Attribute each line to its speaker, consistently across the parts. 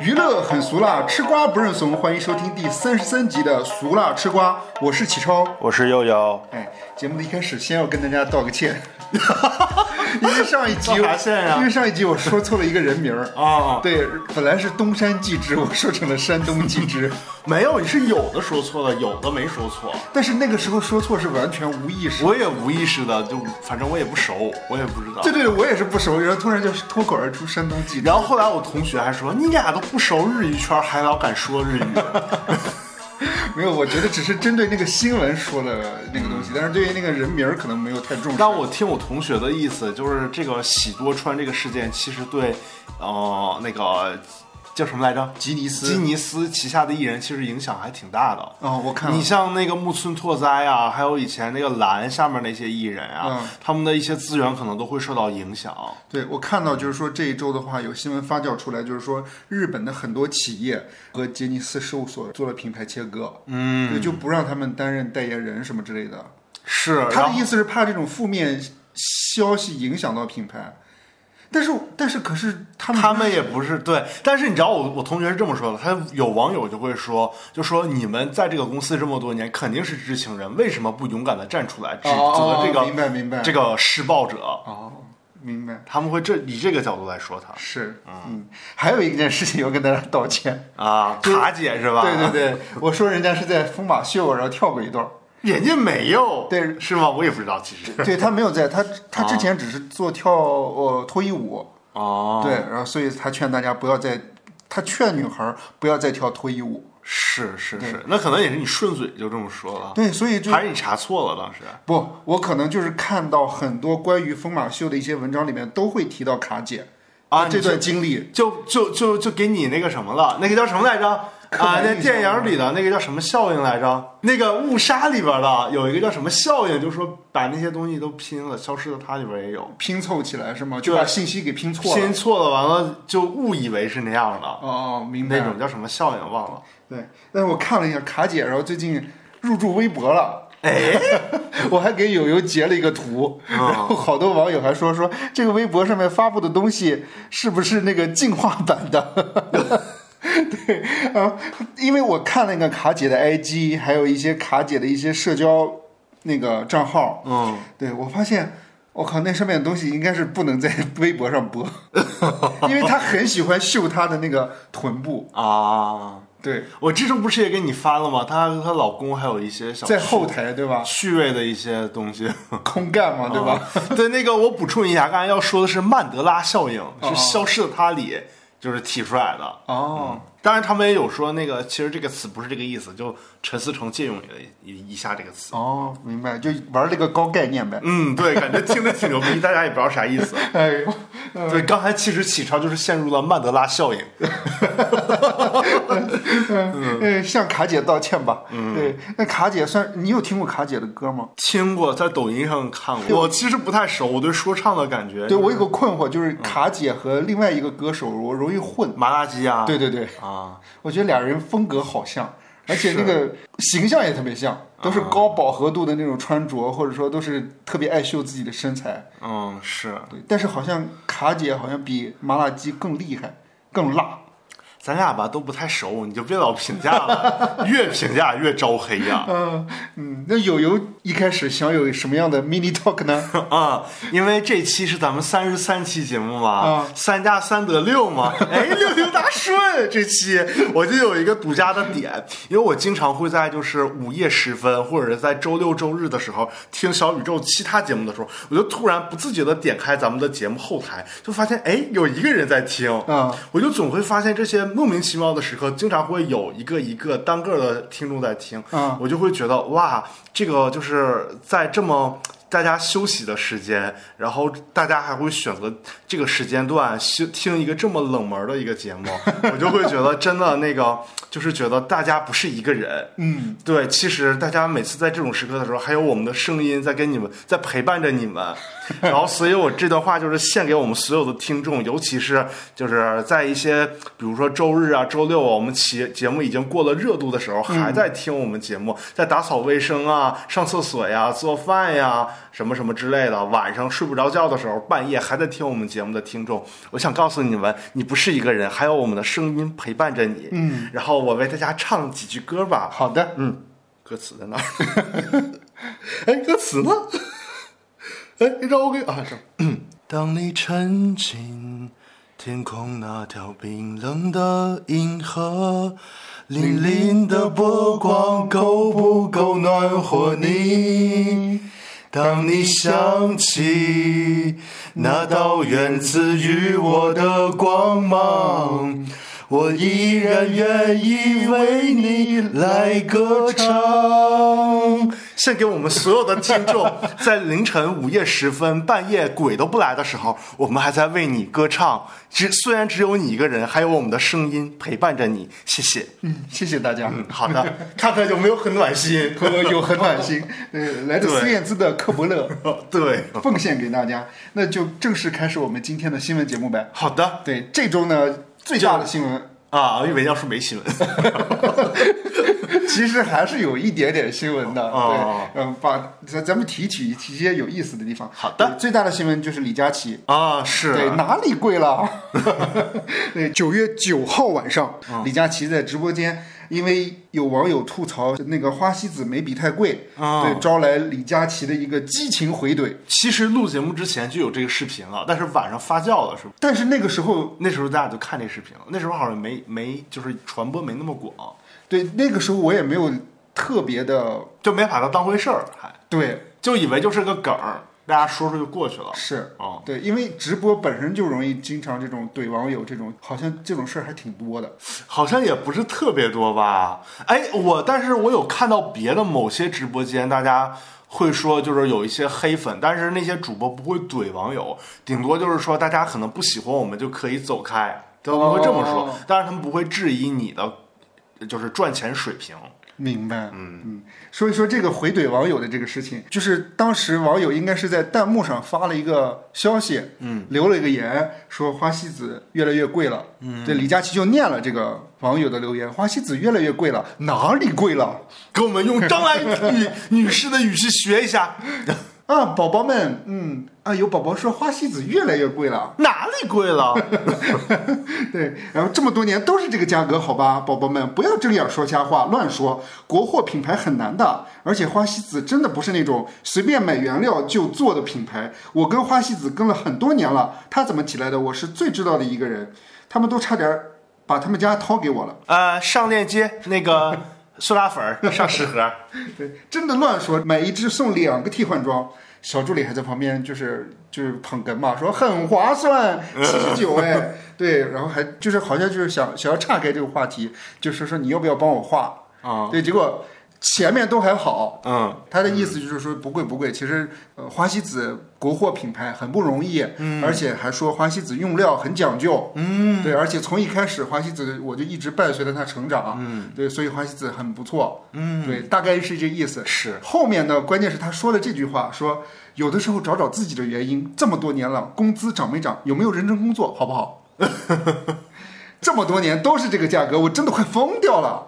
Speaker 1: 娱乐很俗辣，吃瓜不认怂。欢迎收听第三十三集的《俗辣吃瓜》，我是启超。
Speaker 2: 我是悠悠，
Speaker 1: 哎，节目的一开始，先要跟大家道个 歉，因为上一集
Speaker 2: 道啥歉呀
Speaker 1: 因为上一集我说错了一个人名儿
Speaker 2: 哦
Speaker 1: 对，本来是东山纪之，我说成了山东纪之，
Speaker 2: 没有，你是有的说错了，有的没说错。
Speaker 1: 但是那个时候说错是完全无意识。
Speaker 2: 我也无意识的，就反正我也不熟，我也不知道
Speaker 1: 对。对，对我也是不熟，然后突然就脱口而出山东纪之
Speaker 2: 然。后后来我同学还说，你俩都不熟日语圈，还老敢说日语。
Speaker 1: 没有，我觉得只是针对那个新闻说的那个东西，但是对于那个人名儿可能没有太重视。
Speaker 2: 但我听我同学的意思，就是这个喜多川这个事件，其实对，呃，那个叫什么来着？
Speaker 1: 吉尼斯
Speaker 2: 吉尼斯旗下的艺人其实影响还挺大的。
Speaker 1: 哦，我看了
Speaker 2: 你像那个木村拓哉啊，还有以前那个蓝下面那些艺人啊，
Speaker 1: 嗯
Speaker 2: 他们的一些资源可能都会受到影响。
Speaker 1: 对，我看到就是说这一周的话，有新闻发酵出来，就是说日本的很多企业和杰尼斯事务所做了品牌切割，
Speaker 2: 嗯，
Speaker 1: 对，就不让他们担任代言人什么之类的。
Speaker 2: 是，
Speaker 1: 他
Speaker 2: 然
Speaker 1: 的
Speaker 2: 后
Speaker 1: 意思是怕这种负面消息影响到品牌，但是但是可是他们
Speaker 2: 他们也不是对，但是你知道我我同学是这么说的，他有网友就会说，就说你们在这个公司这么多年，肯定是知情人，为什么不勇敢的站出来指责
Speaker 1: 哦
Speaker 2: 这
Speaker 1: 明
Speaker 2: 个
Speaker 1: 白明白
Speaker 2: 这个施暴者？
Speaker 1: 哦明白
Speaker 2: 他们会这以这个角度来说他
Speaker 1: 是嗯，还有一件事情要跟大家道歉，
Speaker 2: 啊，卡姐 是吧？
Speaker 1: 对对对，我说人家是在疯马秀然后跳过一 段儿。
Speaker 2: 对， 人家没有，
Speaker 1: 对
Speaker 2: 是吗？我也不知道，其实
Speaker 1: 对他没有在，他他
Speaker 2: 啊
Speaker 1: 之前只是做跳呃脱衣舞，
Speaker 2: 哦，
Speaker 1: 对，，然后所以他劝大家不要再，他劝女孩儿不要再跳脱衣舞。
Speaker 2: 是是是，那可能也是你顺嘴就这么说了，
Speaker 1: 对，所以就
Speaker 2: 还是你查错了当时？
Speaker 1: 不，我可能就是看到很多关于疯马秀的一些文章里面都会提到卡姐
Speaker 2: 啊
Speaker 1: 这
Speaker 2: 你是
Speaker 1: 段经历。
Speaker 2: 就就就就给你那个什么了，那个叫什么来着？
Speaker 1: 刻
Speaker 2: 啊，
Speaker 1: 板
Speaker 2: 那
Speaker 1: 印象
Speaker 2: 电影里的那个叫什么效应来着？那个误杀里边的有一个叫什么效应，就说把那些东西都拼了，消失的他里边也有，
Speaker 1: 拼凑起来是吗？就
Speaker 2: 对
Speaker 1: 把信息给拼错了
Speaker 2: 拼。错了，完嗯了就误以为是那样的，
Speaker 1: 哦，明白
Speaker 2: 那。种叫什么效应忘了。
Speaker 1: 对，但是我看了一下卡姐，然后最近入驻微博了，
Speaker 2: 哎，
Speaker 1: 我还给友友截了一个图，
Speaker 2: 嗯
Speaker 1: 然后好多网友还说说这个微博上面发布的东西是不是那个进化版的？ 对啊，因为我看那个卡姐的 IG，还有一些卡姐的一些社交那个账号，
Speaker 2: 嗯，
Speaker 1: 对我发现，我靠，那上面的东西应该是不能在微博上播， 因为她很喜欢秀她的那个臀部，
Speaker 2: 啊，
Speaker 1: 对，
Speaker 2: 我这周不是也给你翻了吗？她和她老公还有一些小
Speaker 1: 在后台对吧？
Speaker 2: 趣味的一些东西。
Speaker 1: 空干嘛对吧？
Speaker 2: 对，那个我补充一下，刚才要说的是曼德拉效应，是《消失的她》里就是提出来的。
Speaker 1: 哦，
Speaker 2: 当然，他们也有说那个，其实这个词不是这个意思，就陈思诚借用了一一下这个词。
Speaker 1: 哦，明白，就玩这个高概念呗。
Speaker 2: 嗯，对，感觉听着挺牛逼，大家也不知道啥意思。
Speaker 1: 哎呦，
Speaker 2: 对，刚才其实启超就是陷入了曼德拉效应。
Speaker 1: 呃，向卡姐道歉吧。对，那卡姐算你有听过卡姐的歌吗？
Speaker 2: 听过，在抖音上看过。我其实不太熟，我对说唱的感觉。
Speaker 1: 对我有个困惑，就是卡姐和另外一个歌手，我容易混。
Speaker 2: 麻辣鸡啊，
Speaker 1: 对对对，
Speaker 2: 啊，
Speaker 1: 我觉得俩人风格好像，而且那个形象也特别像，都是高饱和度的那种穿着，或者说都是特别爱秀自己的身材。
Speaker 2: 嗯，是。
Speaker 1: 对，但是好像卡姐好像比麻辣鸡更厉害，更辣。
Speaker 2: 咱俩吧都不太熟，你就别老评价 了，越评价越招黑啊呀、
Speaker 1: 嗯嗯，那友友一开始想有什么样的 mini talk 呢？
Speaker 2: 啊！因为这期是咱们三十三期节目嘛，
Speaker 1: 啊
Speaker 2: 三加三得 六嘛，哎，六六大顺。这期我就有一个独家的点，因为我经常会在就是午夜时分，或者是在周六周日的时候听小宇宙其他节目的时候，我就突然不自觉的点开咱们的节目后台，就发现哎有一个人在听，
Speaker 1: 啊
Speaker 2: 我就总会发现这些莫名其妙的时刻，经常会有一个一个单个的听众在听，
Speaker 1: 嗯
Speaker 2: 我就会觉得哇，这个就是在这么。大家休息的时间，然后大家还会选择这个时间段休听一个这么冷门的一个节目，我就会觉得真的那个，就是觉得大家不是一个人，
Speaker 1: 嗯，
Speaker 2: 对，其实大家每次在这种时刻的时候，还有我们的声音在跟你们，在陪伴着你们。然后，所以我这段话就是献给我们所有的听众，尤其是就是在一些比如说周日啊、周六啊，我们节节目已经过了热度的时候，还在听我们节目，在打扫卫生啊、上厕所呀、做饭呀，什么什么之类的，晚上睡不着觉的时候，半夜还在听我们节目的听众，我想告诉你们，你不是一个人，还有我们的声音陪伴着你。嗯，然后我为大家唱几句歌吧。
Speaker 1: 好的，
Speaker 2: 嗯，歌词在哪儿？哎，歌 词呢？哎，让我给啊，这 当你沉浸天空那条冰冷的银河，粼粼的波光够不够暖和你？当你想起那道源自于我的光芒，我依然愿意为你来歌唱。献给我们所有的听众，在凌晨午夜时分、半夜鬼都不来的时候，我们还在为你歌唱。只虽然只有你一个人，还有我们的声音陪伴着你。谢谢。
Speaker 1: 嗯，谢谢大家。
Speaker 2: 嗯，好的，看看有没有很暖心。
Speaker 1: 有很暖 心，呃，来自
Speaker 2: 对
Speaker 1: 孙燕姿的《克伯勒
Speaker 2: 哦对，》
Speaker 1: 奉献给大家。那就正式开始我们今天的新闻节目呗。
Speaker 2: 好的
Speaker 1: 对，这周呢最大的新闻，
Speaker 2: 啊，我以为要说没新闻。
Speaker 1: 其实还是有一点点新闻的。
Speaker 2: 哦
Speaker 1: 对，嗯，把咱咱们提取提一些有意思的地方。
Speaker 2: 好的
Speaker 1: 对最大的新闻就是李佳琦
Speaker 2: 啊，是
Speaker 1: 对，哪里贵了？对，九月九号晚上，李佳琦在直播间，因为有网友吐槽那个花西子眉笔太贵，
Speaker 2: 啊
Speaker 1: 对，招来李佳琦的一个激情回怼。
Speaker 2: 其实录节目之前就有这个视频了，但是晚上发酵了，是吧？
Speaker 1: 但是那个时候，
Speaker 2: 那时候大家就看这视频了，那时候好像没没就是传播没那么广，
Speaker 1: 对，那个时候我也没有特别的，
Speaker 2: 就没把它当回事儿，还
Speaker 1: 对，
Speaker 2: 就以为就是个梗儿，大家说说就过去了。
Speaker 1: 是。
Speaker 2: 哦，
Speaker 1: 对，因为直播本身就容易经常这种怼网友，这种好像这种事儿还挺多的。
Speaker 2: 好像也不是特别多吧。哎，我但是我有看到别的某些直播间，大家会说就是有一些黑粉，但是那些主播不会怼网友，顶多就是说大家可能不喜欢我们就可以走开，他们会这么说
Speaker 1: 哦，
Speaker 2: 但是他们不会质疑你的就是赚钱水平。
Speaker 1: 明白，嗯嗯，说一说这个回怼网友的这个事情，就是当时网友应该是在弹幕上发了一个消息，嗯，留了一个言，说花西子越来越贵了，嗯，对，李佳琦就念了这个网友的留言，花西子越来越贵了，哪里贵了
Speaker 2: 给我们用张兰女女士的语气学一下，
Speaker 1: 啊，宝宝们，嗯啊，有宝宝说花西子越来越贵了，
Speaker 2: 哪里贵了？
Speaker 1: 对，然后这么多年都是这个价格，好吧，宝宝们不要睁眼说瞎话，乱说。国货品牌很难的，而且花西子真的不是那种随便买原料就做的品牌。我跟花西子跟了很多年了，他怎么起来的，我是最知道的一个人。他们都差点把他们家掏给我了。
Speaker 2: 呃，上链接那个苏打粉儿上十盒。
Speaker 1: 对，真的乱说，买一只送两个替换装。小助理还在旁边，就是就是捧哏嘛，说很划 算，七十九哎，对，然后还就是好像就是想想要岔开这个话题，就是说你要不要帮我画
Speaker 2: 啊？
Speaker 1: 对，结果前面都还好，
Speaker 2: 嗯，
Speaker 1: 他的意思就是说不贵不贵，其实呃花西子国货品牌很不容易，嗯，而且还说花西子用料很讲究，嗯，对，而且从一开始花西子我就一直伴随着它成长，嗯，对，所以花西子很不错，嗯，对，大概是这意思。
Speaker 2: 是
Speaker 1: 后面呢，关键是他说了这句话，说有的时候找找自己的原因，这么多年了，工资涨没涨，有没有认真工作，好不好？ 这么多年都是这个价格，我真的快疯掉了。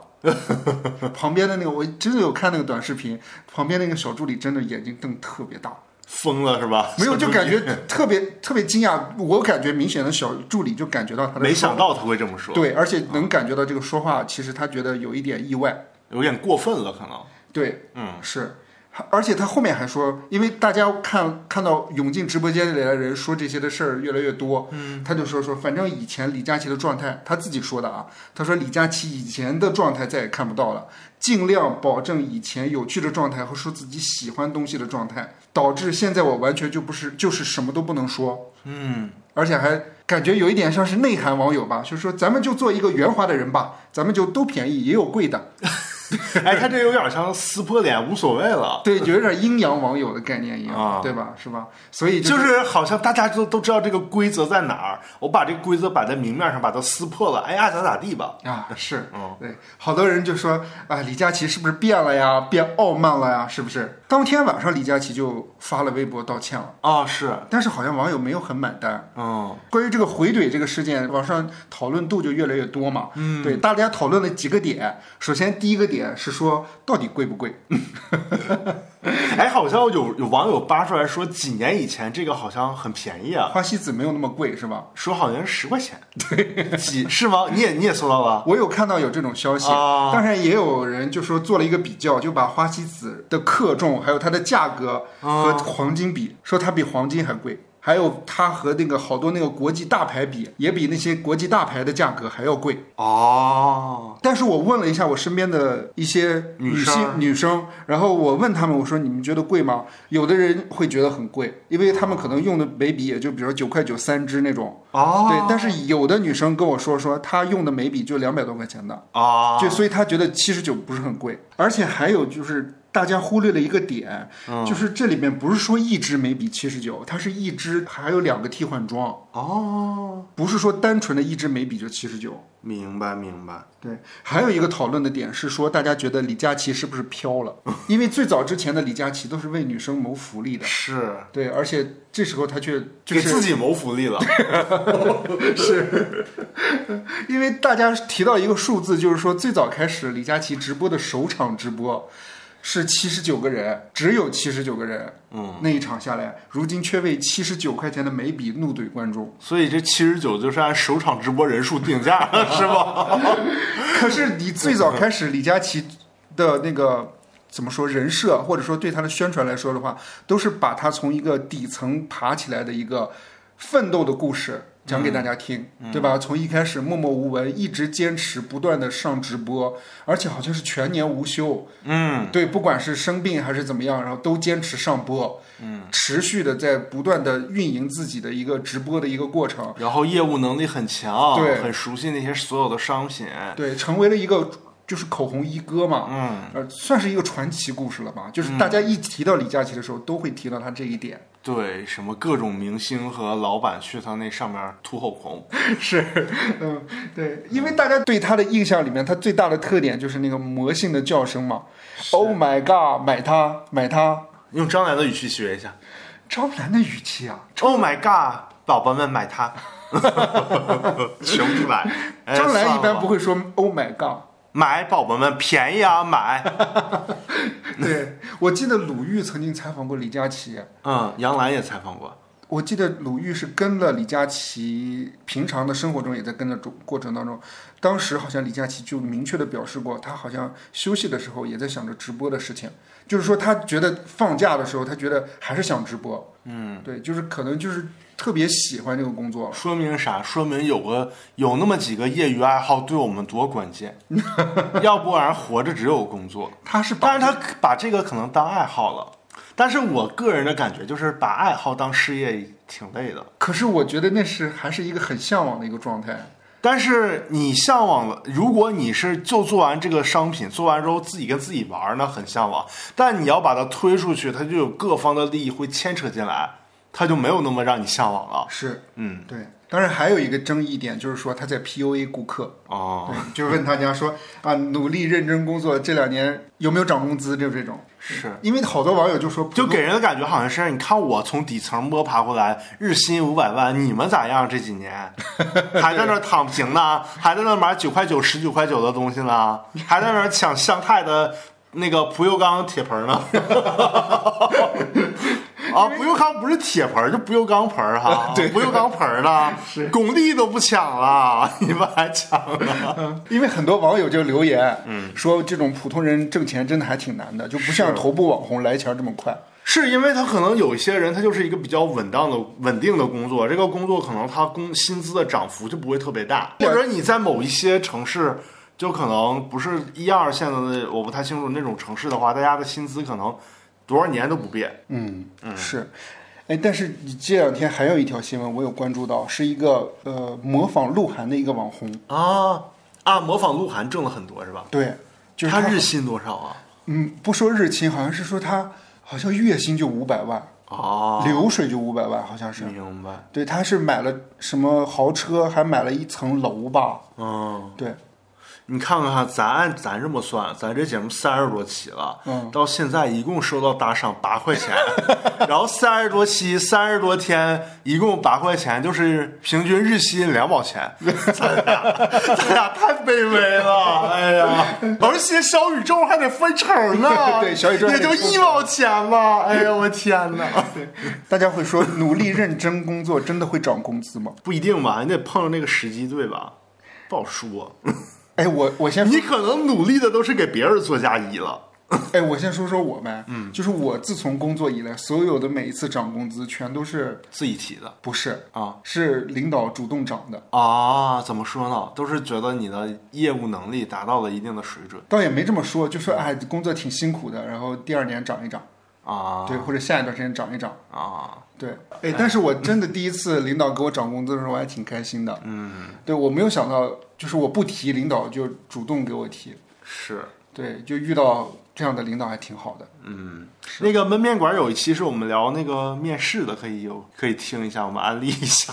Speaker 1: 旁边的那个，我真的有看那个短视频，旁边那个小助理真的眼睛瞪特别大，
Speaker 2: 疯了是吧？
Speaker 1: 没有就感觉特别特别惊讶，我感觉明显的小助理就感觉到他的
Speaker 2: 没想到他会这么说，
Speaker 1: 对，而且能感觉到这个说话，其实他觉得有一点意外，
Speaker 2: 有点过分了，可能。
Speaker 1: 对，
Speaker 2: 嗯，
Speaker 1: 是，而且他后面还说，因为大家看看到涌进直播间里来的人说这些的事儿越来越多，嗯，他就说说，反正以前李佳琦的状态，他自己说的啊，他说李佳琦以前的状态再也看不到了，尽量保证以前有趣的状态和说自己喜欢东西的状态，导致现在我完全就不是，就是什么都不能说，嗯，而且还。感觉有一点像是内涵网友吧，就是说咱们就做一个圆滑的人吧，咱们就都便宜，也有贵的，
Speaker 2: 哎，他这有点像撕破脸，无所谓了，
Speaker 1: 对，有一点阴阳网友的概念一样，
Speaker 2: 啊
Speaker 1: 对吧？是吧？所以、
Speaker 2: 就是是好像大家都都知道这个规则在哪儿，我把这个规则摆在明面上，把它撕破了，哎呀，咋咋地吧？
Speaker 1: 啊，是，
Speaker 2: 嗯
Speaker 1: 对，好多人就说啊，李佳琦是不是变了呀？变傲慢了呀？是不是？当天晚上，李佳琦就发了微博道歉了，
Speaker 2: 啊、是，
Speaker 1: 但是好像网友没有很买单。
Speaker 2: 嗯，
Speaker 1: 关于这个回怼这个事件，网上讨论度就越来越多嘛。嗯，对，大家讨论了几个点。首先，第一个点是说到底贵不贵？
Speaker 2: 哎，好像有有网友扒出来说，几年以前这个好像很便宜啊，
Speaker 1: 花西子没有那么贵是吧？
Speaker 2: 说好像是十块钱，对，几是吗？你也你也搜到了？
Speaker 1: 我有看到有这种消息，
Speaker 2: 啊
Speaker 1: 当然也有人就说做了一个比较，就把花西子的克重还有它的价格
Speaker 2: 啊
Speaker 1: 和黄金比，说它比黄金还贵。还有它和那个好多那个国际大牌比，也比那些国际大牌的价格还要贵。
Speaker 2: 哦，
Speaker 1: 但是我问了一下我身边的一些
Speaker 2: 女
Speaker 1: 女性
Speaker 2: 生
Speaker 1: 女生，然后我问他们，我说你们觉得贵吗？有的人会觉得很贵，因为他们可能用的眉笔也就比如九块九三支那种。
Speaker 2: 哦，
Speaker 1: 对，但是有的女生跟我说说她用的眉笔就两百多块钱的，
Speaker 2: 啊，
Speaker 1: 就所以她觉得七十九不是很贵。而且还有就是大家忽略了一个点，
Speaker 2: 嗯
Speaker 1: 就是这里面不是说一支眉笔七十九，它是一支还有两个替换装，
Speaker 2: 哦，
Speaker 1: 不是说单纯的一支眉笔就七十九。
Speaker 2: 明白明白，
Speaker 1: 对，还有一个讨论的点是说，大家觉得李佳琦是不是飘 了？因为最早之前的李佳琦都是为女生谋福利的，
Speaker 2: 是
Speaker 1: 对，而且这时候他却就
Speaker 2: 给
Speaker 1: 是
Speaker 2: 自己谋福利了，
Speaker 1: 因为大家提到一个数字，就是说最早开始李佳琦直播的首场直播是七十九个人，只有七十九个人，嗯，那一场下来，如今却为七十九块钱的眉笔怒怼观众。
Speaker 2: 所以这七十九就是按首场直播人数定价了，是吗？
Speaker 1: 可是你最早开始，李佳琦的那个怎么说人设，或者说对他的宣传来说的话，都是把他从一个底层爬起来的一个奋斗的故事讲给大家听，对吧？从一开始默默无闻，一直坚持不断的上直播，而且好像是全年无休，
Speaker 2: 嗯，
Speaker 1: 对，不管是生病还是怎么样，然后都坚持上播，嗯，持续的在不断的运营自己的一个直播的一个过程，
Speaker 2: 然后业务能力很强，
Speaker 1: 对
Speaker 2: 很熟悉那些所有的商品，
Speaker 1: 对，成为了一个就是口红一哥嘛，嗯，呃，算是一个传奇故事了吧。
Speaker 2: 嗯
Speaker 1: 就是大家一提到李佳琦的时候，都会提到他这一点。
Speaker 2: 对，什么各种明星和老板去他那上面吐后孔，
Speaker 1: 是，嗯，对，因为大家对他的印象里面，他最大的特点就是那个魔性的叫声嘛。Oh my god，买它，买它！
Speaker 2: 用张楠的语气学一下
Speaker 1: 张兰的语气啊，
Speaker 2: ，Oh my god，宝宝们买它， 学不出来。哎
Speaker 1: 张兰一
Speaker 2: 算
Speaker 1: 般
Speaker 2: 了
Speaker 1: 不
Speaker 2: 吧
Speaker 1: 会说 Oh my god。
Speaker 2: 买，宝宝们便宜啊，买。
Speaker 1: 对，我记得鲁豫曾经采访过李佳琦，啊
Speaker 2: 嗯，杨澜也采访过，
Speaker 1: 我记得鲁豫是跟了李佳琦，平常的生活中也在跟着中过程当中，当时好像李佳琦就明确的表示过，他好像休息的时候也在想着直播的事情，就是说他觉得放假的时候，他觉得还是想直播，嗯，对，就是可能就是特别喜欢这个工作，
Speaker 2: 说明啥？说明有个有那么几个业余爱好对我们多关键，要不然活着只有工作。
Speaker 1: 他是把
Speaker 2: 但是他把这个可能当爱好了，但是我个人的感觉就是把爱好当事业挺累的。
Speaker 1: 可是我觉得那是还是一个很向往的一个状态，
Speaker 2: 但是你向往了，如果你是就做完这个商品，做完之后自己跟自己玩儿呢，很向往。但你要把它推出去，它就有各方的利益会牵扯进来，它就没有那么让你向往了。
Speaker 1: 是，
Speaker 2: 嗯，
Speaker 1: 对，当然还有一个争议点就是说他在 PUA 顾客，
Speaker 2: 哦，
Speaker 1: 对，就是问大家说啊，努力认真工作，这两年有没有涨工资？就是这种，
Speaker 2: 是，
Speaker 1: 因为好多网友就说，
Speaker 2: 就给人的感觉好像是，你看我从底层摸爬过来，日薪五百万，你们咋样？这几年还在那儿躺平呢，还在那儿买九块九、十九块九的东西呢，还在那儿抢香太的那个不锈钢铁盆呢。 啊，不锈钢不是铁盆，就不锈钢盆儿哈，对，不锈钢盆儿呢，巩俐都不抢了，你们还抢了？
Speaker 1: 因为很多网友就留言，嗯，说这种普通人挣钱真的还挺难的，就不像头部网红来钱儿这么快。
Speaker 2: 是因为他可能有一些人，他就是一个比较稳当的、稳定的工作，这个工作可能他工薪资的涨幅就不会特别大，或者你在某一些城市，就可能不是一二线的，我不太清楚那种城市的话，大家的薪资可能多少年都不变。
Speaker 1: 嗯，是。哎，但是你这两天还有一条新闻，我有关注到，是一个呃模仿鹿晗的一个网红，
Speaker 2: 啊啊，模仿鹿晗挣了很多是吧？
Speaker 1: 对，就是
Speaker 2: 他日薪多少啊？
Speaker 1: 嗯，不说日薪，好像是说他好像月薪就五百万，
Speaker 2: 啊，
Speaker 1: 流水就五百万，好像是。
Speaker 2: 明白。
Speaker 1: 对，他是买了什么豪车，还买了一层楼吧？
Speaker 2: 嗯，
Speaker 1: 对，，
Speaker 2: 你看看哈，咱按咱这么算，咱这节目三十多期了，嗯，到现在一共收到打赏八块钱， 然后三十多期，三十多天，一共八块钱，就是平均日薪两毛钱， 咱俩咱俩太卑微了，哎呀，而且小宇宙还得分成呢
Speaker 1: 对小宇宙还
Speaker 2: 也
Speaker 1: 得
Speaker 2: 就
Speaker 1: 分成
Speaker 2: 一毛钱吧，哎呀，我天哪！
Speaker 1: 大家会说努力认真工作真的会涨工资吗？
Speaker 2: 不一定吧，你得碰上那个时机对吧？不好说，
Speaker 1: 哎，我我先
Speaker 2: 你可能努力的都是给别人做嫁衣了。
Speaker 1: 哎，我先说说我呗，嗯，就是我自从工作以来，所有的每一次涨工资全都是
Speaker 2: 自己提的
Speaker 1: 不是
Speaker 2: 啊
Speaker 1: 是领导主动涨的，
Speaker 2: 啊，怎么说呢？都是觉得你的业务能力达到了一定的水准
Speaker 1: 倒也没这么说，就说哎工作挺辛苦的，然后第二年涨一涨，
Speaker 2: 啊
Speaker 1: 对，或者下一段时间涨一涨，
Speaker 2: 啊，
Speaker 1: 对，哎，但是我真的第一次领导给我涨工资的时候，我还挺开心的，嗯，对我没有想到，就是我不提，领导就主动给我提，
Speaker 2: 是。
Speaker 1: 对，就遇到这样的领导还挺好的，
Speaker 2: 嗯那个焖面馆有一期是我们聊那个面试的，可以有可以听一下，我们安利一下。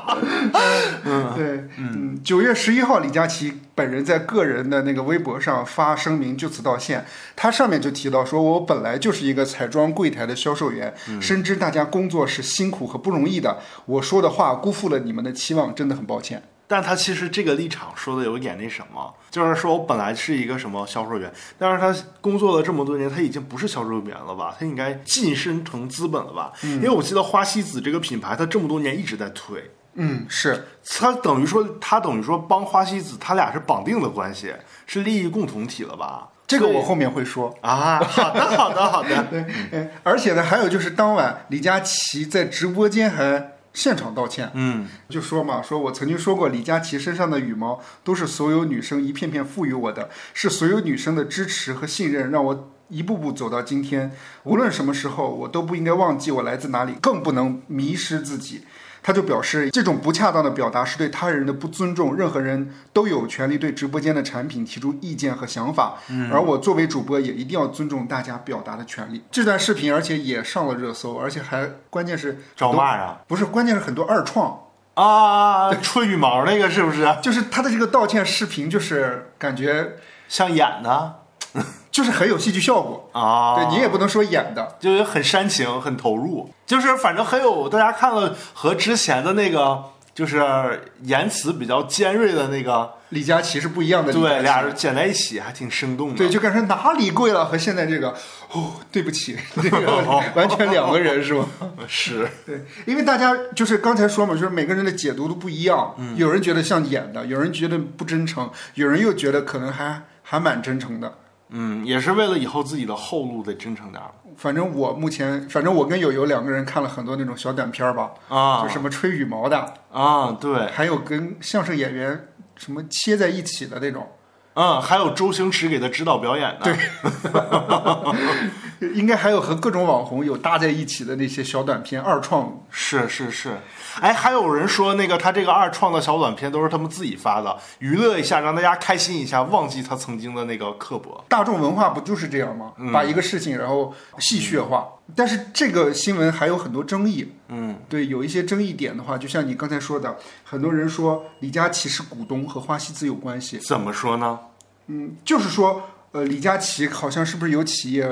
Speaker 1: 对，嗯，九月十一号，李佳琦本人在个人的那个微博上发声明，就此道歉。他上面就提到说，我本来就是一个彩妆柜台的销售员，深知大家工作是辛苦和不容易的，我说的话辜负了你们的期望，真的很抱歉。
Speaker 2: 但他其实这个立场说的有一点那什么，就是说我本来是一个什么销售员，但是他工作了这么多年，他已经不是销售员了吧？他应该晋升成资本了吧？因为我记得花西子这个品牌，他这么多年一直在推，
Speaker 1: 嗯，是
Speaker 2: 他等于说他等于说帮花西子，他俩是绑定的关系，是利益共同体了吧？
Speaker 1: 这个
Speaker 2: 所以
Speaker 1: 我后面会说。
Speaker 2: 啊，好的，好的，好的，
Speaker 1: 对，哎而且呢，还有就是当晚李佳琦在直播间还现场道歉，
Speaker 2: 嗯，
Speaker 1: 就说嘛，说我曾经说过，李佳琦身上的羽毛都是所有女生一片片赋予我的，是所有女生的支持和信任，让我一步步走到今天。无论什么时候，我都不应该忘记我来自哪里，更不能迷失自己。他就表示，这种不恰当的表达是对他人的不尊重，任何人都有权利对直播间的产品提出意见和想法，
Speaker 2: 嗯
Speaker 1: 而我作为主播也一定要尊重大家表达的权利。这段视频，而且也上了热搜，而且还关键是
Speaker 2: 找骂呀、
Speaker 1: 不是关键是很多二创。
Speaker 2: 啊？啊，吹羽毛那个是不是
Speaker 1: 就是他的这个道歉视频，就是感觉
Speaker 2: 像演的
Speaker 1: 就是很有戏剧效果。
Speaker 2: 啊？
Speaker 1: 对你也不能说演的，
Speaker 2: 就是很煽情、很投入，就是反正很有大家看了和之前的那个就是言辞比较尖锐的那个，
Speaker 1: 李佳琦是不一样的。
Speaker 2: 对，俩人剪在一起还挺生动的。
Speaker 1: 对，就感觉哪里贵了，和现在这个，哦，对不起， 这个完全两个人是吧？
Speaker 2: 是
Speaker 1: 对，因为大家就是刚才说嘛，就是每个人的解读都不一样，
Speaker 2: 嗯
Speaker 1: 有人觉得像演的，有人觉得不真诚，有人又觉得可能还还蛮真诚的。
Speaker 2: 嗯，也是为了以后自己的后路得真诚点儿
Speaker 1: 反正我目前，反正我跟友友两个人看了很多那种小短片儿吧，
Speaker 2: 啊
Speaker 1: 就什么吹羽毛的，
Speaker 2: 啊，对，
Speaker 1: 还有跟相声演员什么切在一起的那种，
Speaker 2: 嗯，还有周星驰给他指导表演呢，对，
Speaker 1: 应该还有和各种网红有搭在一起的那些小短片二创。
Speaker 2: 是是是，哎，还有人说那个他这个二创的小短片都是他们自己发的，娱乐一下，让大家开心一下，忘记他曾经的那个刻薄，
Speaker 1: 大众文化不就是这样吗？把一个事情然后戏谑化。但是这个新闻还有很多争议，
Speaker 2: 嗯，
Speaker 1: 对，有一些争议点的话，就像你刚才说的，很多人说李佳琦是股东和花西子有关系，
Speaker 2: 怎么说呢？
Speaker 1: 嗯，就是说，呃，李佳琦好像是不是有企业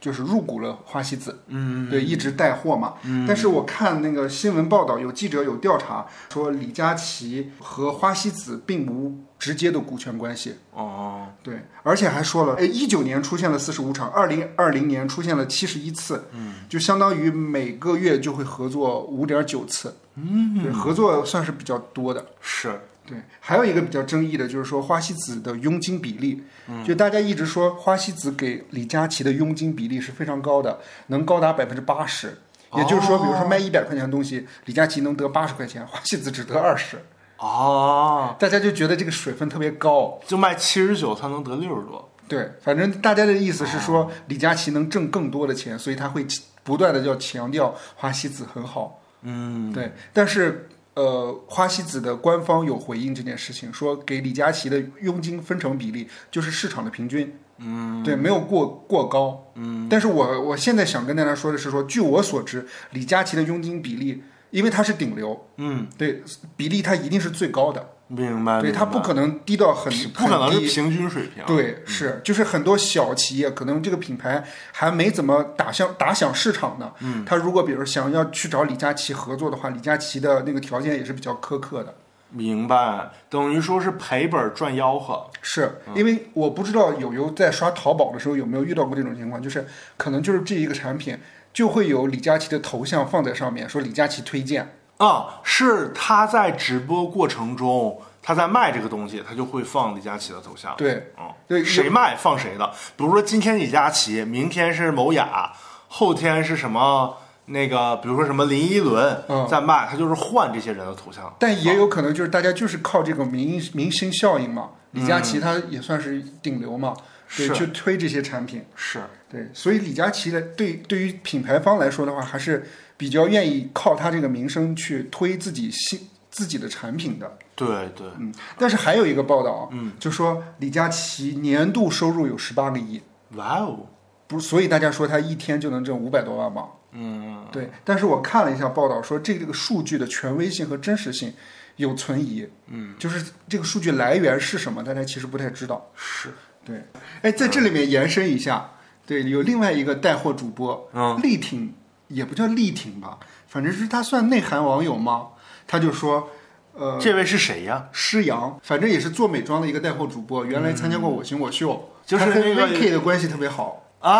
Speaker 1: 就是入股了花西子？嗯，对，一直带货嘛。嗯，但是我看那个新闻报道，有记者有调查说，李佳琦和花西子并无直接的股权关系。
Speaker 2: 哦、
Speaker 1: 对，而且还说了，呃，一九年出现了四十五场，二零二零年出现了七十一次，嗯，就相当于每个月就会合作五点九次，嗯，对，合作算是比较多的。
Speaker 2: 是，
Speaker 1: 对，还有一个比较争议的就是说花西子的佣金比例，就大家一直说花西子给李佳琦的佣金比例是非常高的，能高达百分之八十。也就是说，比如说卖一百块钱的东西，李佳琦能得八十块钱，花西子只得二十，
Speaker 2: 哦，
Speaker 1: 大家就觉得这个水分特别高。
Speaker 2: 就卖七十九，他能得六十多。
Speaker 1: 对，反正大家的意思是说，李佳琦能挣更多的钱，所以他会不断的要强调花西子很好。嗯，对。但是呃，花西子的官方有回应这件事情，说给李佳琦的佣金分成比例就是市场的平均。嗯，对，没有过过高。嗯，但是我我现在想跟大家说的是说，据我所知，李佳琦的佣金比例，因为他是顶流，
Speaker 2: 嗯，啊
Speaker 1: 对，比例他一定是最高的。
Speaker 2: 明白，
Speaker 1: 对，它不
Speaker 2: 明白
Speaker 1: 可能低到很
Speaker 2: 不可能
Speaker 1: 很
Speaker 2: 是
Speaker 1: 低
Speaker 2: 平均水平，
Speaker 1: 对，是，就是很多小企业可能这个品牌还没怎么打向打响市场呢。嗯，他如果比如想要去找李佳琦合作的话，李佳琦的那个条件也是比较苛刻的。
Speaker 2: 明白，等于说是赔本赚吆喝，
Speaker 1: 是因为我不知道友友在刷淘宝的时候有没有遇到过这种情况，就是可能就是这一个产品就会有李佳琦的头像放在上面，说李佳琦推荐。
Speaker 2: 啊、是他在直播过程中，他在卖这个东西，他就会放李佳琦的头像，
Speaker 1: 对，
Speaker 2: 嗯，
Speaker 1: 对，
Speaker 2: 谁卖放谁的，比如说今天李佳琦，明天是某雅，后天是什么那个，比如说什么林依轮
Speaker 1: 嗯
Speaker 2: 在卖，他就是换这些人的头像，
Speaker 1: 但也有可能就是大家就是靠这个明明星效应嘛，李佳琦他也算是顶流嘛，对，
Speaker 2: 是
Speaker 1: 去推这些产品。
Speaker 2: 是
Speaker 1: 对，所以李佳琦的对对于品牌方来说的话，还是比较愿意靠他这个名声去推自己新自己的产品的。
Speaker 2: 对对，
Speaker 1: 嗯，但是还有一个报道，嗯，就说李佳琦年度收入有十八个亿，
Speaker 2: 哇哦，
Speaker 1: 不，所以大家说他一天就能挣五百多万嘛。
Speaker 2: 嗯，
Speaker 1: 对，但是我看了一下报道，说这个数据的权威性和真实性有存疑。嗯，就是这个数据来源是什么，大家其实不太知道。
Speaker 2: 是，
Speaker 1: 对，哎，在这里面延伸一下，对，有另外一个带货主播，
Speaker 2: 嗯，
Speaker 1: 力挺也不叫力挺吧，反正是他算内涵网友吗？他就说，呃，
Speaker 2: 这位是谁呀？
Speaker 1: 施洋，反正也是做美妆的一个带货主播，原来参加过我行我秀，
Speaker 2: 嗯就是
Speaker 1: 他跟
Speaker 2: 那个
Speaker 1: Vicky 的关系特别好，
Speaker 2: 啊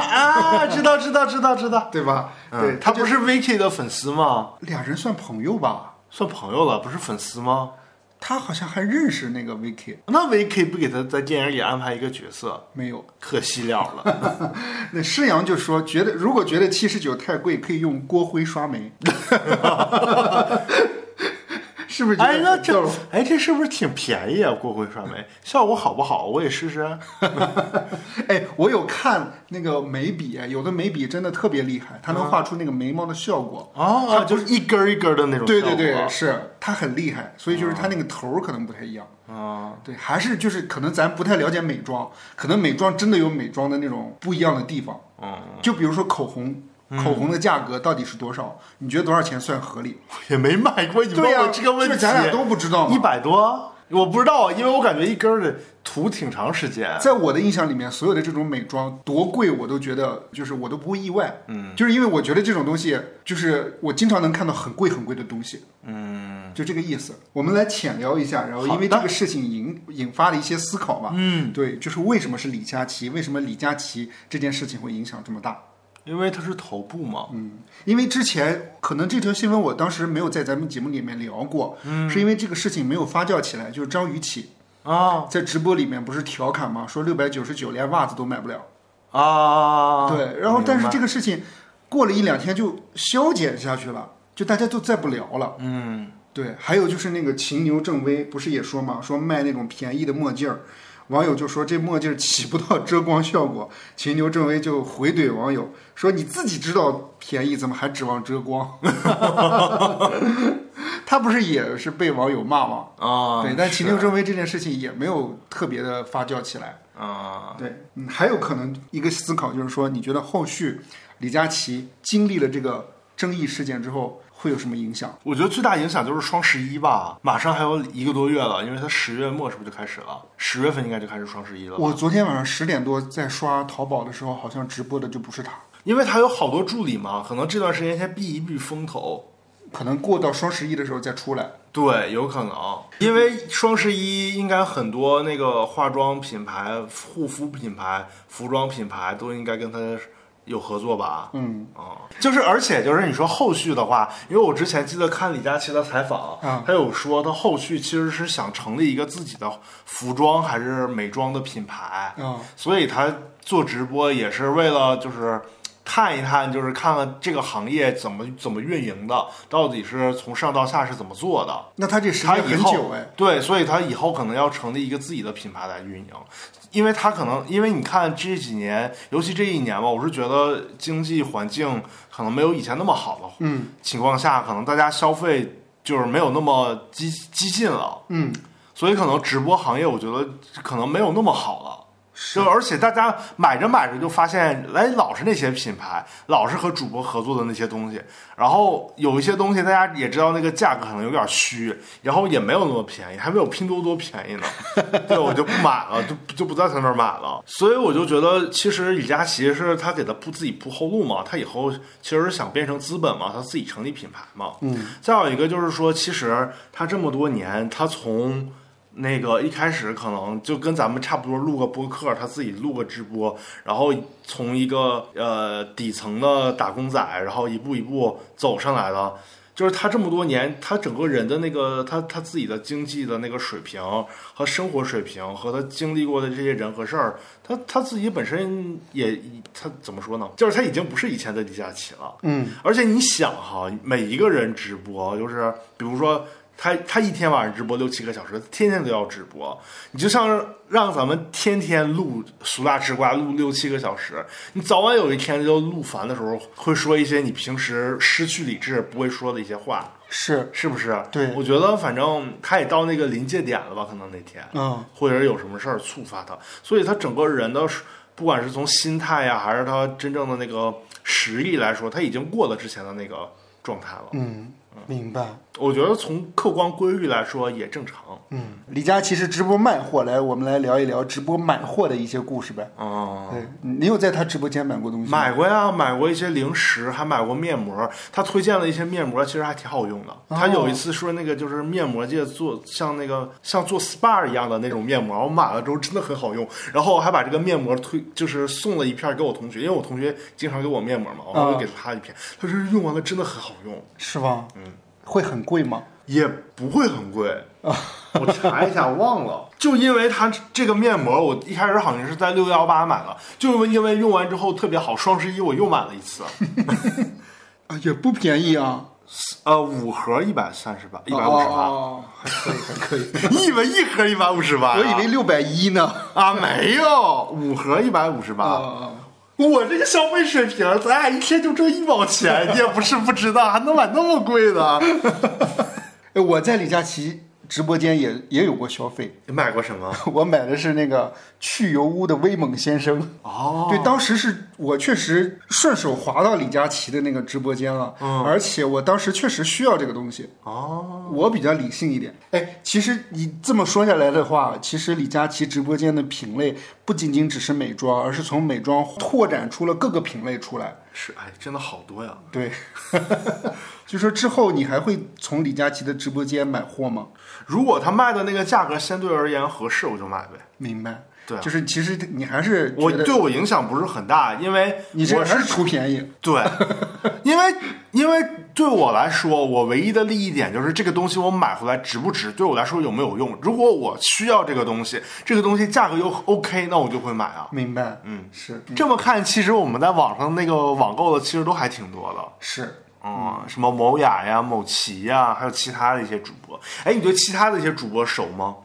Speaker 2: 啊， 知道知道知道知道，
Speaker 1: 对吧？对
Speaker 2: 嗯，他不是 Vicky 的粉丝吗？
Speaker 1: 俩人算朋友吧？
Speaker 2: 算朋友了，不是粉丝吗？
Speaker 1: 他好像还认识那个 Vicky，
Speaker 2: 那 Vicky 不给他在电影里安排一个角色，
Speaker 1: 没有？
Speaker 2: 可惜了 了。
Speaker 1: 那施洋就说，觉得如果觉得七十九太贵，可以用锅灰刷 眉， 是不是觉得
Speaker 2: 哎，
Speaker 1: 很
Speaker 2: 那
Speaker 1: 逗
Speaker 2: 这哎这是不是挺便宜啊？过会刷眉效果好不好？我也试啊试。
Speaker 1: 哎，我有看那个眉笔，哎有的眉笔真的特别厉害，它
Speaker 2: 嗯
Speaker 1: 能画出那个眉毛的效果。
Speaker 2: 哦，就是一根儿一根儿的那种
Speaker 1: 啊对
Speaker 2: 效果。啊
Speaker 1: 对对，是它很厉害，所以就是它那个头儿可能不太一样。
Speaker 2: 啊，
Speaker 1: 对，还是就是可能咱不太了解美妆，可能美妆真的有美妆的那种不一样的地方。
Speaker 2: 嗯，
Speaker 1: 就比如说口红，口红的价格到底是多少？你觉得多少钱算合理？
Speaker 2: 我也没买过，你
Speaker 1: 对
Speaker 2: 问
Speaker 1: 呀、
Speaker 2: 我这个问
Speaker 1: 就
Speaker 2: 题，
Speaker 1: 是咱俩都不知道
Speaker 2: 一
Speaker 1: 嘛。
Speaker 2: 百多，我不知道，啊因为我感觉一根儿得涂挺长时间。
Speaker 1: 在我的印象里面，所有的这种美妆多贵，我都觉得就是我都不会意外。嗯，就是因为我觉得这种东西，就是我经常能看到很贵很贵的东西，
Speaker 2: 嗯，
Speaker 1: 就这个意思。我们来浅聊一下，然后因为
Speaker 2: 好的
Speaker 1: 这个事情引引发了一些思考嘛。嗯，对，就是为什么是李佳琦？为什么李佳琦这件事情会影响这么大？
Speaker 2: 因为它是头部嘛。
Speaker 1: 嗯因为之前可能这条新闻我当时没有在咱们节目里面聊过，嗯、是因为这个事情没有发酵起来。就是张雨绮
Speaker 2: 啊
Speaker 1: 在直播里面不是调侃嘛，说六百九十九连袜子都买不了。
Speaker 2: 啊，
Speaker 1: 对，然后但是
Speaker 2: 明白
Speaker 1: 这个事情过了一两天就消减下去了，就大家都再不聊了。
Speaker 2: 嗯，
Speaker 1: 对，还有就是那个秦牛正威不是也说嘛，说卖那种便宜的墨镜儿，网友就说这墨镜儿 起不到遮光效果，秦牛正威就回怼网友说你自己知道便宜，怎么还指望遮光？ 他不是也是被网友骂吗？
Speaker 2: 啊，
Speaker 1: 对，但
Speaker 2: 是
Speaker 1: 秦牛正威这件事情也没有特别的发酵起来。
Speaker 2: 啊，
Speaker 1: 对，嗯，还有可能一个思考就是说，你觉得后续李佳琦经历了这个争议事件之后，会有什么影响？
Speaker 2: 我觉得最大影响就是双十一吧，马上还有一个多月了，因为它十月末是不是就开始了？十月份应该就开始双十一了吧，
Speaker 1: 我昨天晚上十点多在刷淘宝的时候，好像直播的就不是他，
Speaker 2: 因为它有好多助理嘛，可能这段时间先避一避风头。
Speaker 1: 可能过到双十一的时候再出来。
Speaker 2: 对，有可能，因为双十一应该很多那个化妆品牌、护肤品牌、服装品牌都应该跟它有合作吧？
Speaker 1: 嗯，
Speaker 2: 哦，就是，而且就是你说后续的话，因为我之前记得看李佳琦的采访，
Speaker 1: 嗯
Speaker 2: 他有说他后续其实是想成立一个自己的服装还是美妆的品牌，
Speaker 1: 啊、
Speaker 2: 所以他做直播也是为了就是探一探，就是看看这个行业怎么怎么运营的，到底是从上到下是怎么做的。
Speaker 1: 那他这时
Speaker 2: 他
Speaker 1: 间
Speaker 2: 以
Speaker 1: 很
Speaker 2: 后
Speaker 1: 久哎，
Speaker 2: 对，所以他以后可能要成立一个自己的品牌来运营，因为他可能因为你看这几年，尤其这一年吧，我是觉得经济环境可能没有以前那么好了，
Speaker 1: 嗯
Speaker 2: 情况下，可能大家消费就是没有那么激激进了，
Speaker 1: 嗯，
Speaker 2: 所以可能直播行业我觉得可能没有那么好了。就而且大家买着买着就发现，哎，老是那些品牌，老是和主播合作的那些东西。然后有一些东西大家也知道那个价格可能有点虚，然后也没有那么便宜，还没有拼多多便宜呢。对，我就不买了，就就不在他那儿买了。所以我就觉得，其实李佳琦是他给他铺自己铺后路嘛，他以后其实是想变成资本嘛，他自己成立品牌嘛。嗯。再有一个就是说，其实他这么多年，他从那个一开始可能就跟咱们差不多，录个播客，他自己录个直播，然后从一个呃底层的打工仔，然后一步一步走上来的。就是他这么多年，他整个人的那个他他自己的经济的那个水平和生活水平，和他经历过的这些人和事儿，他他自己本身也他怎么说呢？就是他已经不是以前的李佳琦了。
Speaker 1: 嗯，
Speaker 2: 而且你想哈，每一个人直播，就是比如说他他一天晚上直播六七个小时，天天都要直播，你就像让咱们天天录俗大吃瓜录六七个小时，你早晚有一天就录烦的时候，会说一些你平时失去理智不会说的一些话，
Speaker 1: 是，
Speaker 2: 是不是？
Speaker 1: 对
Speaker 2: 我觉得反正他也到那个临界点了吧，可能那天，
Speaker 1: 嗯，
Speaker 2: 或者是有什么事儿触发他，所以他整个人的，不管是从心态呀、还是他真正的那个实力来说，他已经过了之前的那个状态了。
Speaker 1: 嗯，明白。
Speaker 2: 我觉得从客观规律来说也正常。
Speaker 1: 嗯，李佳琦是直播卖货，来，我们来聊一聊直播买货的一些故事呗。
Speaker 2: 嗯，
Speaker 1: 对，你有在他直播间买过东西吗？
Speaker 2: 买过呀，买过一些零食，还买过面膜。他推荐了一些面膜，其实还挺好用的。他有一次说那个就是面膜界做像那个像做 SPA 一样的那种面膜，我买了之后真的很好用。然后我还把这个面膜推就是送了一片给我同学，因为我同学经常给我面膜嘛，我就给他一片。他说用完了真的很好用，
Speaker 1: 是吗？嗯，会很贵吗？
Speaker 2: 也不会很贵。我查一下，忘了，就因为它这个面膜，我一开始好像是在六幺八买的，就因为用完之后特别好，双十一我又买了一次。
Speaker 1: 啊，也不便宜啊，
Speaker 2: 呃，五盒一百三十八，一
Speaker 1: 一
Speaker 2: 百五十八。啊
Speaker 1: 哦，还可以，还可以。
Speaker 2: 你以为一盒一百五十八？
Speaker 1: 我以为六百一呢。
Speaker 2: 啊，没有，五盒一百五十八。
Speaker 1: 啊，
Speaker 2: 我这个消费水平，咱俩一天就挣一 毛钱，你也不是不知道，还能买那么贵的？
Speaker 1: 哎我在李佳琦直播间也也有过消费，
Speaker 2: 你买过什么？
Speaker 1: 我买的是那个去油屋的威猛先生。
Speaker 2: 哦，
Speaker 1: 对，当时是我确实顺手滑到李佳琦的那个直播间了，
Speaker 2: 嗯
Speaker 1: 而且我当时确实需要这个东西。
Speaker 2: 哦，
Speaker 1: 我比较理性一点，哎，其实你这么说下来的话，其实李佳琦直播间的品类不仅仅只是美妆，而是从美妆拓展出了各个品类出来。
Speaker 2: 是，哎，真的好多呀。
Speaker 1: 对， 就说之后你还会从李佳琦的直播间买货吗？
Speaker 2: 如果他卖的那个价格相对而言合适，我就买呗。
Speaker 1: 明白，
Speaker 2: 对啊
Speaker 1: 就是其实你还是
Speaker 2: 我
Speaker 1: 觉得
Speaker 2: 对我影响不是很大，因为
Speaker 1: 你这
Speaker 2: 我
Speaker 1: 个
Speaker 2: 是
Speaker 1: 还是图便宜，
Speaker 2: 对，因为因为对我来说，我唯一的利益点就是这个东西我买回来值不值，对我来说有没有用。如果我需要这个东西，这个东西价格又 OK，那我就会买啊。
Speaker 1: 明白？嗯，是
Speaker 2: 这么看，其实我们在网上那个网购的其实都还挺多的，
Speaker 1: 是，
Speaker 2: 嗯，什么某雅呀、某奇呀，还有其他的一些主播。哎，你对其他的一些主播熟吗？